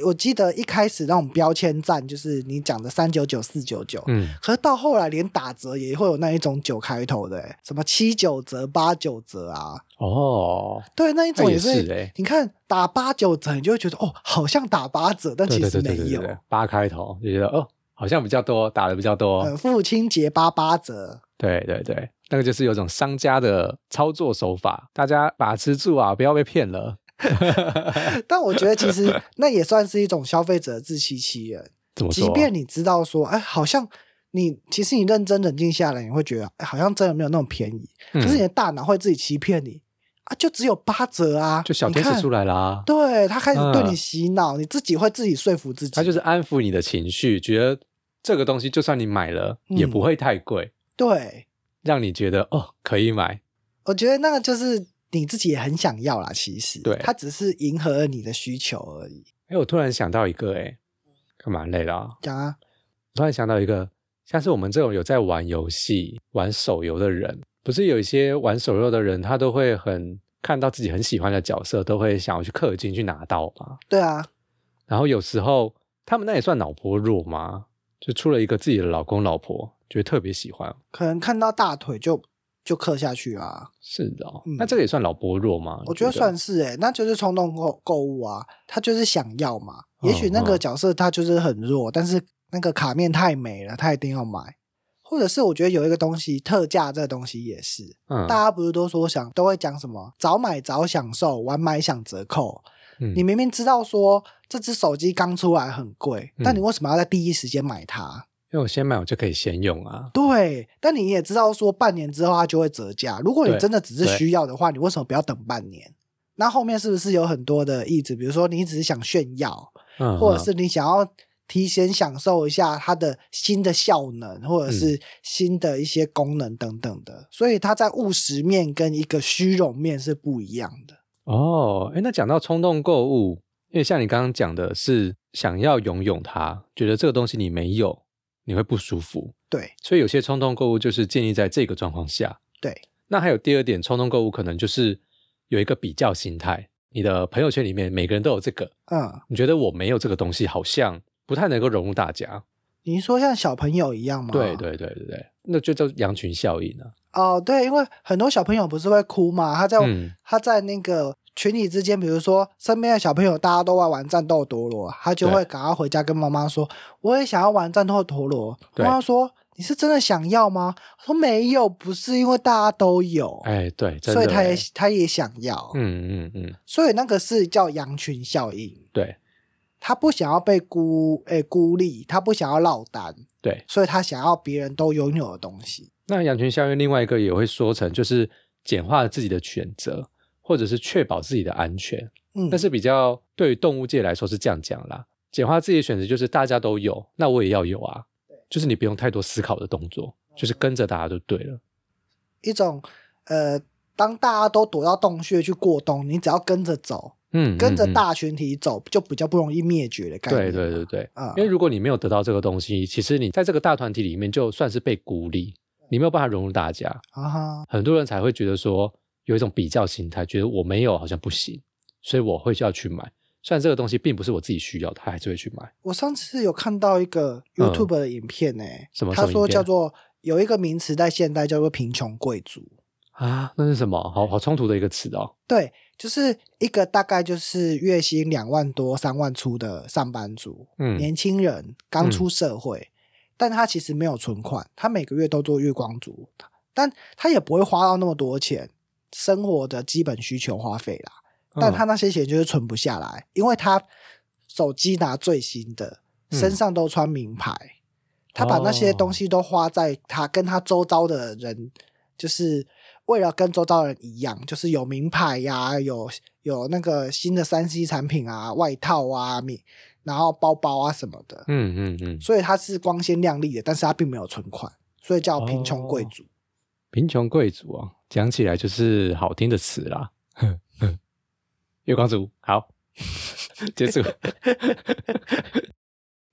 [SPEAKER 2] 我记得一开始那种标签站，就是你讲的三九九、四九九。
[SPEAKER 1] 嗯，
[SPEAKER 2] 可是到后来，连打折也会有那一种九开头的、欸，什么七九折、八九折啊，
[SPEAKER 1] 哦，
[SPEAKER 2] 对，那一
[SPEAKER 1] 那
[SPEAKER 2] 种
[SPEAKER 1] 也
[SPEAKER 2] 也是。
[SPEAKER 1] 是哎、
[SPEAKER 2] 你看打八九折，你就会觉得哦，好像打八折，但
[SPEAKER 1] 对
[SPEAKER 2] 其
[SPEAKER 1] 对
[SPEAKER 2] 实
[SPEAKER 1] 对
[SPEAKER 2] 没
[SPEAKER 1] 对对
[SPEAKER 2] 有。
[SPEAKER 1] 对，八开头就觉得哦，好像比较多，打的比较多。
[SPEAKER 2] 呃，父亲节八八折，
[SPEAKER 1] 对对对，那个就是有种商家的操作手法，大家把持住啊，不要被骗了。
[SPEAKER 2] 但我觉得其
[SPEAKER 1] (laughs)
[SPEAKER 2] 实那也算是一种消费者的自欺欺人。
[SPEAKER 1] 怎么说？
[SPEAKER 2] 即便你知道说，哎，好像你其实你认真冷静下来，你会觉得哎好像真的没有那么便宜，
[SPEAKER 1] 嗯
[SPEAKER 2] 可是你的大脑会自己欺骗你啊，就只有八折啊，
[SPEAKER 1] 就小天
[SPEAKER 2] 你
[SPEAKER 1] 使
[SPEAKER 2] 看
[SPEAKER 1] 出来啦，
[SPEAKER 2] 对他开始对
[SPEAKER 1] 嗯
[SPEAKER 2] 你洗脑，你自己会自己说服自己，
[SPEAKER 1] 他就是安抚你的情绪，觉得这个东西就算你买了、也
[SPEAKER 2] 嗯
[SPEAKER 1] 不会太贵，
[SPEAKER 2] 对，
[SPEAKER 1] 让你觉得哦可以买。
[SPEAKER 2] 我觉得那个就是你自己也很想要啦，其实，
[SPEAKER 1] 对
[SPEAKER 2] 他只是迎合了你的需求而已，
[SPEAKER 1] 哎，我突然想到一个，哎，干嘛累了啊、
[SPEAKER 2] 讲啊，
[SPEAKER 1] 我突然想到一个，像是我们这种有在玩游戏、玩手游的人，不是有一些玩手游的人，他都会很看到自己很喜欢的角色，都会想要去氪金去拿到嘛。
[SPEAKER 2] 对啊，
[SPEAKER 1] 然后有时候他们那也算脑波弱吗？就出了一个自己的老公老婆，觉得特别喜欢。
[SPEAKER 2] 可能看到大腿就就刻下去啊，
[SPEAKER 1] 是的、哦，
[SPEAKER 2] 嗯
[SPEAKER 1] 那这个也算脑波弱吗？
[SPEAKER 2] 我
[SPEAKER 1] 你
[SPEAKER 2] 觉得算是诶、那就是冲动购购物啊，他就是想要嘛。
[SPEAKER 1] 嗯
[SPEAKER 2] 也许那
[SPEAKER 1] 嗯
[SPEAKER 2] 个角色他就是很弱，但是那个卡面太美了，他一定要买。或者是我觉得有一个东西特价，这个东西也是，
[SPEAKER 1] 嗯，
[SPEAKER 2] 大家不是都说想都会讲什么早买早享受，晚买享折扣。
[SPEAKER 1] 嗯
[SPEAKER 2] 你明明知道说这只手机刚出来很贵，
[SPEAKER 1] 嗯
[SPEAKER 2] 但你为什么要在第一时间买它？
[SPEAKER 1] 因为我先买，我就可以先用啊。
[SPEAKER 2] 对，但你也知道说半年之后它就会折价。如果你
[SPEAKER 1] 对
[SPEAKER 2] 真的只是
[SPEAKER 1] 对
[SPEAKER 2] 需要的话，你为什么不要等半年？那后面是不是有很多的意志？比如说你只是想炫耀，
[SPEAKER 1] 嗯，
[SPEAKER 2] 或者是你想要提前享受一下它的新的效能，或者
[SPEAKER 1] 嗯
[SPEAKER 2] 是新的一些功能等等的。所以它在务实面跟一个虚荣面是不一样的。
[SPEAKER 1] 哦，哎，那讲到冲动购物，因为像你刚刚讲的是想要拥有它，觉得这个东西你没有，你会不舒服，
[SPEAKER 2] 对
[SPEAKER 1] 所以有些冲动购物就是建立在这个状况下。
[SPEAKER 2] 对，
[SPEAKER 1] 那还有第二点，冲动购物可能就是有一个比较心态，你的朋友圈里面每个人都有这个，
[SPEAKER 2] 嗯，
[SPEAKER 1] 你觉得我没有这个东西，好像不太能够融入大家。
[SPEAKER 2] 你说像小朋友一样吗？
[SPEAKER 1] 对对对对对，那就叫羊群效应啊。
[SPEAKER 2] 哦，对，因为很多小朋友不是会哭嘛，他在、
[SPEAKER 1] 嗯
[SPEAKER 2] 他在那个群体之间，比如说身边的小朋友大家都在玩战斗陀螺，他就
[SPEAKER 1] 对
[SPEAKER 2] 会赶快回家跟妈妈说：“我也想要玩战斗陀螺。”
[SPEAKER 1] 对
[SPEAKER 2] 妈妈说：“你是真的想要吗？”我说：“没有，不是因为大家都有，
[SPEAKER 1] 哎，对，真的
[SPEAKER 2] 所以他也
[SPEAKER 1] 欸
[SPEAKER 2] 他也想要。
[SPEAKER 1] 嗯嗯嗯，
[SPEAKER 2] 所以那个是叫羊群效应，
[SPEAKER 1] 对
[SPEAKER 2] 他不想要被孤诶、孤立，他不想要落单，
[SPEAKER 1] 对。
[SPEAKER 2] 所以他想要别人都拥有的东西。
[SPEAKER 1] 那羊群效应另外一个也会说成就是简化自己的选择，或者是确保自己的安全。
[SPEAKER 2] 嗯，
[SPEAKER 1] 但是比较对于动物界来说是这样讲啦，简化自己的选择就是大家都有，那我也要有啊，就是你不用太多思考的动作，就是跟着大家就对了。
[SPEAKER 2] 一种呃，当大家都躲到洞穴去过冬，你只要跟着走，
[SPEAKER 1] 嗯，
[SPEAKER 2] 跟着
[SPEAKER 1] 嗯嗯
[SPEAKER 2] 大群体走，就比较不容易灭绝的概
[SPEAKER 1] 对
[SPEAKER 2] 念。
[SPEAKER 1] 对对，对，
[SPEAKER 2] 啊
[SPEAKER 1] 因为如果你没有得到这个东西，其实你在这个大团体里面就算是被孤立，你没有办法融入大家，
[SPEAKER 2] 啊哈，
[SPEAKER 1] 很多人才会觉得说有一种比较心态，觉得我没有好像不行，所以我会就要去买，虽然这个东西并不是我自己需要的，他还是会去买。
[SPEAKER 2] 我上次有看到一个 YouTube 的影片呢、
[SPEAKER 1] 嗯什么
[SPEAKER 2] 他
[SPEAKER 1] 什么影
[SPEAKER 2] 说
[SPEAKER 1] 片
[SPEAKER 2] 叫做有一个名词在现代叫做贫穷贵族，
[SPEAKER 1] 啊，那是什么？好好冲突的一个词哦。
[SPEAKER 2] 对，就是一个大概就是月薪两万多、三万出的上班族，
[SPEAKER 1] 嗯
[SPEAKER 2] 年轻人刚出社会，但他其实没有存款，他每个月都做月光族，但他也不会花到那么多钱，生活的基本需求花费啦。
[SPEAKER 1] 嗯
[SPEAKER 2] 但他那些钱就是存不下来，因为他手机拿最新的，
[SPEAKER 1] 嗯
[SPEAKER 2] 身上都穿名牌，他把那些东西都花在他跟他周遭的人，就是为了跟周遭的人一样，就是有名牌呀、有有那个新的三 C 产品啊、外套啊、米，然后包包啊什么的，
[SPEAKER 1] 嗯嗯嗯，
[SPEAKER 2] 所以他是光鲜亮丽的，但是他并没有存款，所以叫贫穷贵族。
[SPEAKER 1] 哦贫穷贵族啊，讲起来就是好听的词啦。 (laughs) 月光族，好， (laughs) 结束。 (laughs)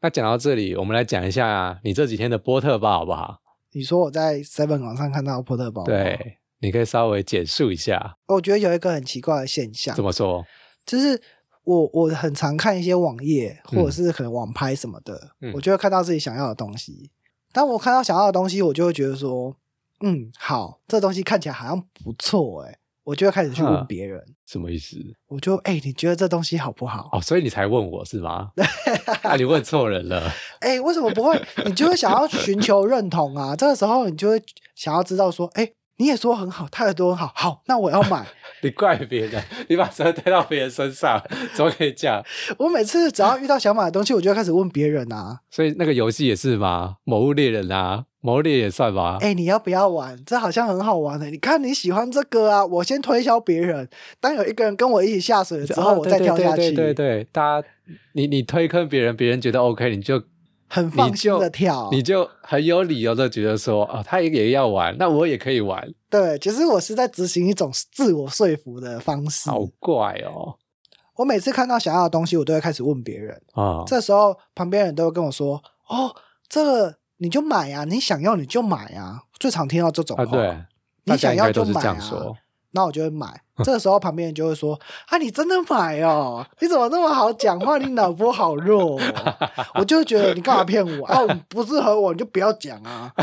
[SPEAKER 1] 那讲到这里，我们来讲一下你这几天的波特吧，好不好？
[SPEAKER 2] 你说我在 Seven 网上看到波特包，，
[SPEAKER 1] 对，你可以稍微简述一下，
[SPEAKER 2] 我觉得有一个很奇怪的现象
[SPEAKER 1] 怎，么说？
[SPEAKER 2] 就是我我很常看一些网页
[SPEAKER 1] 嗯
[SPEAKER 2] 或者是可能网拍什么的，
[SPEAKER 1] 嗯
[SPEAKER 2] 我就会看到自己想要的东西。当我看到想要的东西，我就会觉得说，嗯，好，这东西看起来好像不错，诶，我就会开始去问
[SPEAKER 1] 嗯
[SPEAKER 2] 别人，
[SPEAKER 1] 什么意思？
[SPEAKER 2] 我就哎、你觉得这东西好不好？
[SPEAKER 1] 哦，所以你才问我是吗？ (laughs) 啊，你问错人了。
[SPEAKER 2] 哎、为什么不会？你就会想要寻求认同啊。这个时候，你就会想要知道说，哎、你也说很好，他也说很好，好，那我要买。 (laughs)
[SPEAKER 1] 你怪别人，你把责任推到别人身上，怎么可以这样？
[SPEAKER 2] 我每次只要遇到想买的东西，我就会开始问别人啊，
[SPEAKER 1] 所以那个游戏也是吗？某物猎人啊，某物猎人也算吗？
[SPEAKER 2] 哎、你要不要玩？这好像很好玩的、欸你看你喜欢这个啊，我先推销别人。当有一个人跟我一起下水了之后，
[SPEAKER 1] 哦
[SPEAKER 2] 我再跳下
[SPEAKER 1] 对对
[SPEAKER 2] 去，
[SPEAKER 1] 对对对，大家你你推坑别人，别人觉得 OK，你就
[SPEAKER 2] 很放心的跳。
[SPEAKER 1] 你就很有理由的觉得说啊、他也要玩，那我也可以玩，
[SPEAKER 2] 对，其实我是在执行一种自我说服的方式。
[SPEAKER 1] 好怪哦
[SPEAKER 2] 我每次看到想要的东西，我都会开始问别人。
[SPEAKER 1] 啊！
[SPEAKER 2] 这时候旁边人都会跟我说：“哦，这个你就买啊，你想要你就买啊。”最常听到这种话。
[SPEAKER 1] 啊，对，
[SPEAKER 2] 你
[SPEAKER 1] 大家
[SPEAKER 2] 想
[SPEAKER 1] 应
[SPEAKER 2] 要
[SPEAKER 1] 该
[SPEAKER 2] 就
[SPEAKER 1] 都是
[SPEAKER 2] 买
[SPEAKER 1] 这样
[SPEAKER 2] 啊
[SPEAKER 1] 说。。
[SPEAKER 2] 那我就会买。这个时候旁边人就会说：“啊，你真的买哦？你怎么那么好讲话？你脑波好弱、哦。”我就觉得你干嘛骗我？哦、你不适合我，你就不要讲啊，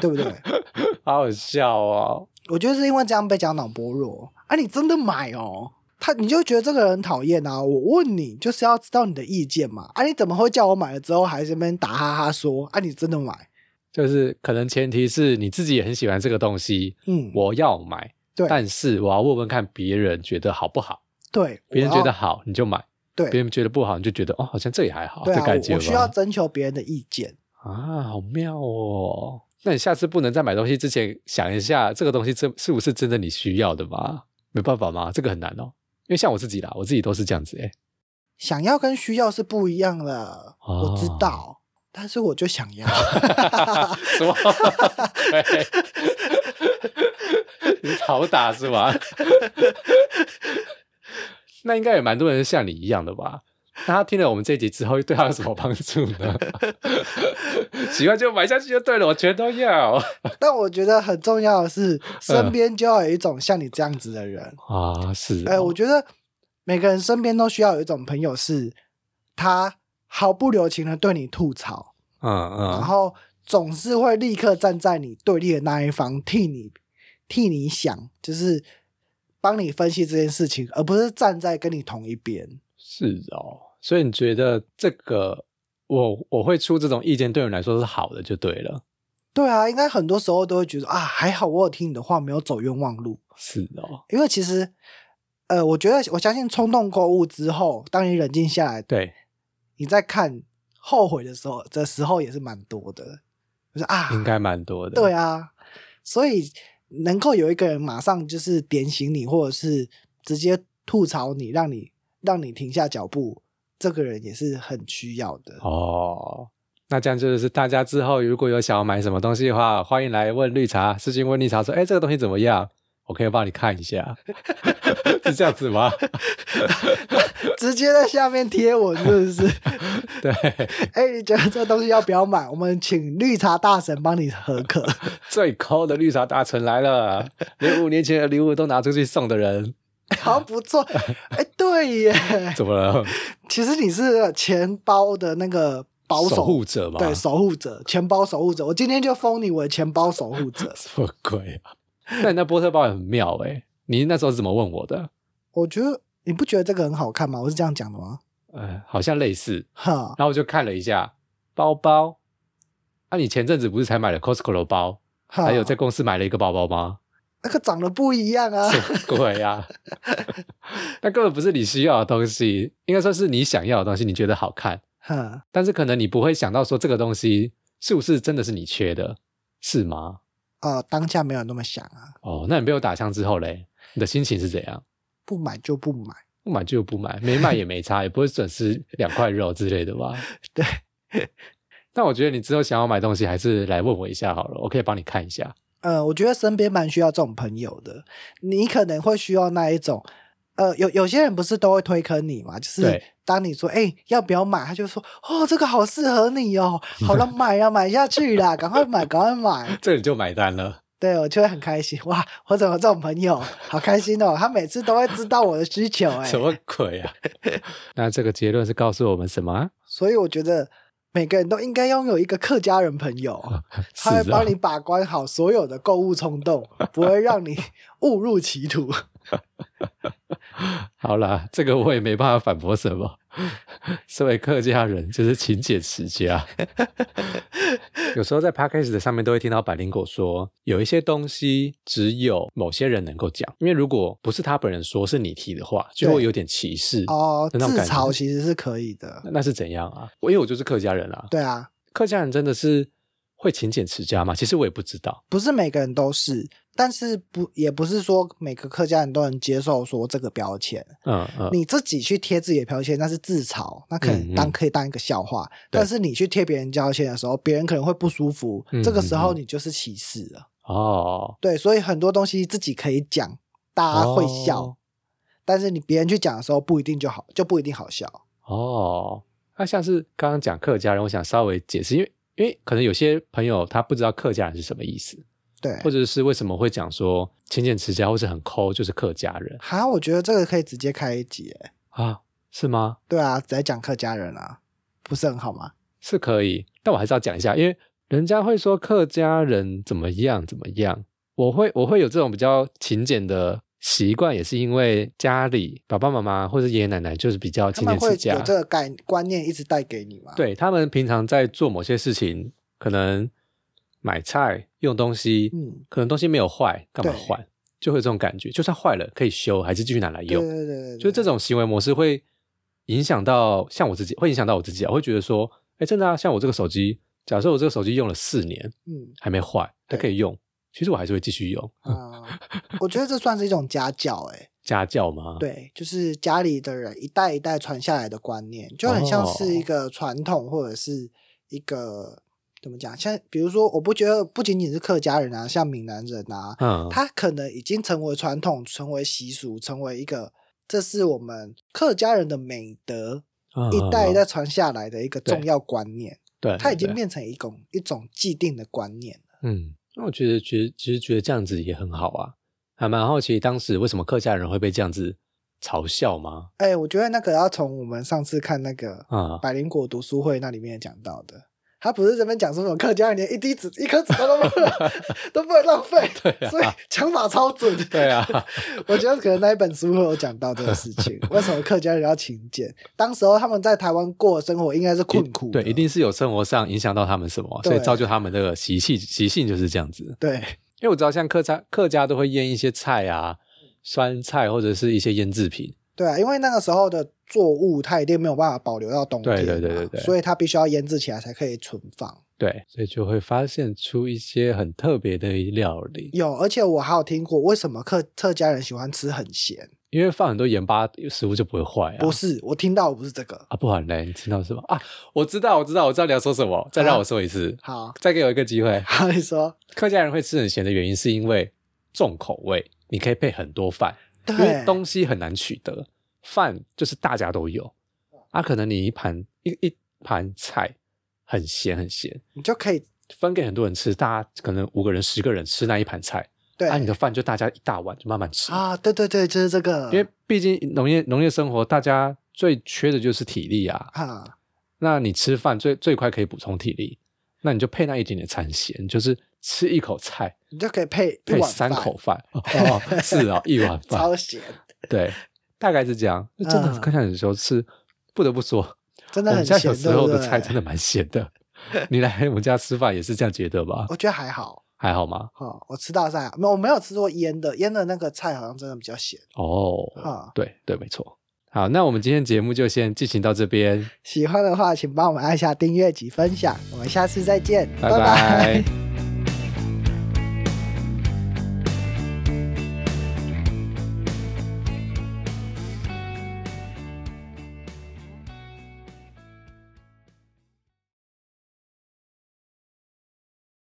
[SPEAKER 2] 对不对？
[SPEAKER 1] 好好笑哦！
[SPEAKER 2] 我觉得是因为这样被讲脑波弱。啊，你真的买哦？他你就觉得这个人很讨厌啊？我问你就是要知道你的意见嘛。啊，你怎么会叫我买了之后还在那边打哈哈说啊？你真的买？
[SPEAKER 1] 就是可能前提是你自己也很喜欢这个东西，
[SPEAKER 2] 嗯，
[SPEAKER 1] 我要买，
[SPEAKER 2] 对
[SPEAKER 1] 但是我要问问看别人觉得好不好，
[SPEAKER 2] 对，
[SPEAKER 1] 别人
[SPEAKER 2] 我要
[SPEAKER 1] 觉得好你就买，
[SPEAKER 2] 对，
[SPEAKER 1] 别人觉得不好你就觉得哦，好像这也还好，
[SPEAKER 2] 对
[SPEAKER 1] 这
[SPEAKER 2] 啊，
[SPEAKER 1] 感觉
[SPEAKER 2] 我我需要
[SPEAKER 1] 吧
[SPEAKER 2] 征求别人的意见。
[SPEAKER 1] 啊，好妙哦！那你下次不能在买东西之前想一下，这个东西真是不是真的你需要的吗？没办法吗？这个很难哦，因为像我自己啦，我自己都是这样子哎、
[SPEAKER 2] 想要跟需要是不一样的，
[SPEAKER 1] 哦
[SPEAKER 2] 我知道，但是我就想要。
[SPEAKER 1] (laughs) 什么？对 (laughs) 你是讨打是吧？ (laughs) 那应该有蛮多人像你一样的吧？那他听了我们这一集之后，对他有什么帮助呢？ (laughs) 喜欢就买下去就对了，我全都要
[SPEAKER 2] 但我觉得很重要的是，身边就要有一种像你这样子的人。
[SPEAKER 1] 啊！是
[SPEAKER 2] 哎、
[SPEAKER 1] 哦
[SPEAKER 2] 我觉得每个人身边都需要有一种朋友是，他毫不留情的对你吐槽，
[SPEAKER 1] 嗯
[SPEAKER 2] 然
[SPEAKER 1] 嗯，
[SPEAKER 2] 后总是会立刻站在你对立的那一方，替你替你想，就是帮你分析这件事情，而不是站在跟你同一边。
[SPEAKER 1] 是哦。所以你觉得这个我我会出这种意见，对你来说是好的就对了。
[SPEAKER 2] 对啊，应该很多时候都会觉得啊，还好我有听你的话，没有走冤枉路。
[SPEAKER 1] 是哦，
[SPEAKER 2] 因为其实，呃，我觉得我相信冲动购物之后，当你冷静下来，
[SPEAKER 1] 对，
[SPEAKER 2] 你再看后悔的时候，的时候也是蛮多的。就是啊，
[SPEAKER 1] 应该蛮多的。
[SPEAKER 2] 对啊，所以能够有一个人马上就是点醒你，或者是直接吐槽你，让你让你停下脚步，这个人也是很需要的。
[SPEAKER 1] 哦，那这样就是大家之后如果有想要买什么东西的话，欢迎来问绿茶，私信问绿茶说：“哎，这个东西怎么样？”我可以帮你看一下， (laughs) 是这样子吗？ (laughs)
[SPEAKER 2] 直接在下面贴文是不是？
[SPEAKER 1] 对，
[SPEAKER 2] 哎、你觉得这东西要不要买？我们请绿茶大神帮你合可。 (laughs)
[SPEAKER 1] 最抠的绿茶大臣来了，连五年前的礼物都拿出去送的人，
[SPEAKER 2] 好像不错。哎，对耶，
[SPEAKER 1] 怎么了？
[SPEAKER 2] 其实你是钱包的那个保守
[SPEAKER 1] 守护者嘛？。
[SPEAKER 2] (laughs) 对，守护者，钱包守护者。我今天就封你为钱包守护者
[SPEAKER 1] (laughs) 什么鬼啊？那你那波特包也很妙哎、你那时候是怎么问我的？
[SPEAKER 2] 我觉得你不觉得这个很好看吗？我是这样讲的吗？
[SPEAKER 1] 呃，好像类似，
[SPEAKER 2] 哈，
[SPEAKER 1] 然后我就看了一下包包。啊，你前阵子不是才买了 Costco 的包，
[SPEAKER 2] 哈
[SPEAKER 1] 还有在公司买了一个包包吗？ (laughs)
[SPEAKER 2] 那个长得不一样啊
[SPEAKER 1] 什。么鬼啊！ (laughs) 那根本不是你需要的东西，应该说是你想要的东西，你觉得好看，
[SPEAKER 2] 哈，
[SPEAKER 1] 但是可能你不会想到说这个东西是不是真的是你缺的，是吗？
[SPEAKER 2] 呃，当下没有那么想啊，
[SPEAKER 1] 哦，那你被我打枪之后嘞，你的心情是怎样？
[SPEAKER 2] 不买就不买。
[SPEAKER 1] 不买就不买，没买也没差，也不会损失两块肉之类的吧？ (laughs)
[SPEAKER 2] 对。
[SPEAKER 1] 但我觉得你之后想要买东西，还是来问我一下好了，我可以帮你看一下。
[SPEAKER 2] 呃，我觉得身边蛮需要这种朋友的。你可能会需要那一种，呃，有有些人不是都会推坑你嘛？就是
[SPEAKER 1] 对
[SPEAKER 2] 当你说哎、要不要买，他就说哦这个好适合你哦，好了买呀、买下去啦，赶快买赶快买。
[SPEAKER 1] 这你就买单了，
[SPEAKER 2] 对我就会很开心哇，我怎么有这种朋友，好开心哦！他每次都会知道我的需求哎、
[SPEAKER 1] 什么鬼啊？那这个结论是告诉我们什么啊？
[SPEAKER 2] 所以我觉得每个人都应该拥有一个客家人朋友。他会
[SPEAKER 1] 是啊
[SPEAKER 2] 帮你把关好所有的购物冲动，不会让你误入歧途。
[SPEAKER 1] 好啦，这个我也没办法反驳什么。 (laughs) 身为客家人，就是勤俭持家。 (laughs) 有时候在 podcast 上面都会听到百灵果说，有一些东西只有某些人能够讲，因为如果不是他本人说，是你提的话，就会有点歧视。
[SPEAKER 2] 哦，
[SPEAKER 1] 那种
[SPEAKER 2] 自
[SPEAKER 1] 感觉
[SPEAKER 2] 嘲其实是可以的。
[SPEAKER 1] 那是怎样啊？我因为我就是客家人啊，
[SPEAKER 2] 对啊，
[SPEAKER 1] 客家人真的是会勤俭持家吗？其实我也不知道。
[SPEAKER 2] 不是每个人都是，但是不也不是说每个客家人都能接受说这个标签。
[SPEAKER 1] 嗯嗯，
[SPEAKER 2] 你自己去贴自己的标签，那是自嘲，那可能
[SPEAKER 1] 嗯嗯
[SPEAKER 2] 当、可以当一个笑话。
[SPEAKER 1] 对
[SPEAKER 2] 但是你去贴别人标签的时候，别人可能会不舒服，
[SPEAKER 1] 嗯
[SPEAKER 2] 这个时候
[SPEAKER 1] 嗯
[SPEAKER 2] 你就是歧视了。
[SPEAKER 1] 哦，
[SPEAKER 2] 对，所以很多东西自己可以讲，大家会笑，
[SPEAKER 1] 哦
[SPEAKER 2] 但是你别人去讲的时候，不一定就好，就不一定好笑。
[SPEAKER 1] 哦，那像是刚刚讲客家人，我想稍微解释，因为因为可能有些朋友他不知道客家人是什么意思，
[SPEAKER 2] 对，
[SPEAKER 1] 或者是为什么会讲说勤俭持家或是很抠就是客家人
[SPEAKER 2] 哈，我觉得这个可以直接开一集耶。
[SPEAKER 1] 啊？是吗？
[SPEAKER 2] 对啊，只在讲客家人啊，不是很好吗？
[SPEAKER 1] 是可以，但我还是要讲一下，因为人家会说客家人怎么样怎么样，我会我会有这种比较勤俭的习惯，也是因为家里爸爸妈妈或者爷爷奶奶就是比较
[SPEAKER 2] 他
[SPEAKER 1] 勤
[SPEAKER 2] 们
[SPEAKER 1] 俭
[SPEAKER 2] 会
[SPEAKER 1] 持家
[SPEAKER 2] 有，这个概观念一直带给你吗？，
[SPEAKER 1] 对他们平常在做某些事情，可能买菜用东西，
[SPEAKER 2] 嗯，
[SPEAKER 1] 可能东西没有坏，干嘛
[SPEAKER 2] 对
[SPEAKER 1] 换？就会有这种感觉，就算坏了可以修，还是继续拿来
[SPEAKER 2] 对
[SPEAKER 1] 用。
[SPEAKER 2] 对对对，
[SPEAKER 1] 就是这
[SPEAKER 2] 种
[SPEAKER 1] 种行为模式会影响到像我自己，会影响到我自己啊，我会觉得说，哎，真的啊，像我这个手机，假设我这个手机用了四年
[SPEAKER 2] 嗯
[SPEAKER 1] 还没坏，它
[SPEAKER 2] 对
[SPEAKER 1] 可以用，其实我还是会继续用。
[SPEAKER 2] 啊，我觉得这算是一种家教
[SPEAKER 1] (laughs)
[SPEAKER 2] 哎。
[SPEAKER 1] 家教吗？，
[SPEAKER 2] 对，就是家里的人一代一代传下来的观念，就很像是一
[SPEAKER 1] 哦
[SPEAKER 2] 个传统或者是一个怎么讲？像比如说，我不觉得不仅仅是客家人啊，像闽南人啊，
[SPEAKER 1] 嗯，
[SPEAKER 2] 他可能已经成为传统，成为习俗，成为一个这是我们客家人的美德，
[SPEAKER 1] 嗯
[SPEAKER 2] 一代一，代
[SPEAKER 1] 嗯嗯
[SPEAKER 2] 传下来的一个
[SPEAKER 1] 对
[SPEAKER 2] 重要观念，
[SPEAKER 1] 对，
[SPEAKER 2] 它已经
[SPEAKER 1] 对，
[SPEAKER 2] 变成一种一种既定的观念了。
[SPEAKER 1] 嗯，那我觉得，觉得其实觉得这样子也很好啊，还蛮好奇当时为什么客家人会被这样子嘲笑吗？
[SPEAKER 2] 哎，我觉得那个要从我们上次看那个
[SPEAKER 1] (laughs) 啊、
[SPEAKER 2] 百灵果读书会那里面讲到的，他不是这边讲说什么客家人连一滴子、一颗子弹都不
[SPEAKER 1] (laughs)
[SPEAKER 2] 能都不能浪费，
[SPEAKER 1] 对啊
[SPEAKER 2] 所以讲法超准。
[SPEAKER 1] 对 (laughs) 啊，
[SPEAKER 2] 我觉得可能那一本书会有讲到这个事情，为什么客家人要勤俭？当时候他们在台湾过的生活应该是困苦的，
[SPEAKER 1] 对，一定是有生活上影响到他们什么，所以
[SPEAKER 2] 对
[SPEAKER 1] 造就他们的习气习性就是这样子。
[SPEAKER 2] 对
[SPEAKER 1] 因为我知道像客家客家都会腌一些菜啊，酸菜或者是一些腌制品。
[SPEAKER 2] 对啊，因为那个时候的作物它一定没有办法保留到冬天嘛，
[SPEAKER 1] 对对对对对
[SPEAKER 2] 所以它必须要腌制起来才可以存放。
[SPEAKER 1] 对，所以就会发现出一些很特别的料理，
[SPEAKER 2] 有，而且我还有听过为什么客客家人喜欢吃很咸？
[SPEAKER 1] 因为放很多盐巴，食物就不会坏啊。
[SPEAKER 2] 不是，我听到的不是这个。
[SPEAKER 1] 啊，不然嘞，你听到是吧？啊，我知道，我知道，我知道你要说什么，再
[SPEAKER 2] 啊
[SPEAKER 1] 让我说一次，
[SPEAKER 2] 好，
[SPEAKER 1] 再给我一个机会。
[SPEAKER 2] 好，你说。
[SPEAKER 1] 客家人会吃很咸的原因是因为重口味，你可以配很多饭，
[SPEAKER 2] 对，
[SPEAKER 1] 因为东西很难取得，饭就是大家都有。啊，可能你一盘一一盘菜很咸很咸，
[SPEAKER 2] 你就可以
[SPEAKER 1] 分给很多人吃，大家可能五个人、十个人吃那一盘菜，
[SPEAKER 2] 对
[SPEAKER 1] 啊，你的饭就大家一大碗就慢慢吃，
[SPEAKER 2] 啊，对对对，就是这个，
[SPEAKER 1] 因为毕竟农业农业生活，大家最缺的就是体力啊。
[SPEAKER 2] 啊，
[SPEAKER 1] 那你吃饭最最快可以补充体力，那你就配那一点点餐咸，就是吃一口菜
[SPEAKER 2] 你就可以配一
[SPEAKER 1] 配
[SPEAKER 2] 碗
[SPEAKER 1] 三
[SPEAKER 2] 饭
[SPEAKER 1] 口饭，哦，是啊，一碗饭，
[SPEAKER 2] (laughs) 超咸，
[SPEAKER 1] 对，大概是这样。真的，
[SPEAKER 2] 嗯
[SPEAKER 1] 刚才你说是，不得不说，
[SPEAKER 2] 真
[SPEAKER 1] 我
[SPEAKER 2] 的
[SPEAKER 1] 们
[SPEAKER 2] 很
[SPEAKER 1] 家
[SPEAKER 2] 咸，
[SPEAKER 1] 小时候的菜
[SPEAKER 2] 对不对
[SPEAKER 1] 真的蛮咸的。你来我们家吃饭也是这样觉得吧？
[SPEAKER 2] 我觉得还好。
[SPEAKER 1] 还好吗？
[SPEAKER 2] 哦，我吃到菜啊，没有我没有吃过腌的，腌的那个菜好像真的比较咸。
[SPEAKER 1] 哦，
[SPEAKER 2] 啊
[SPEAKER 1] 对对，没错。好，那我们今天节目就先进行到这边，
[SPEAKER 2] 喜欢的话，请帮我们按下订阅及分享，我们下次再见，
[SPEAKER 1] 拜
[SPEAKER 2] 拜
[SPEAKER 1] 拜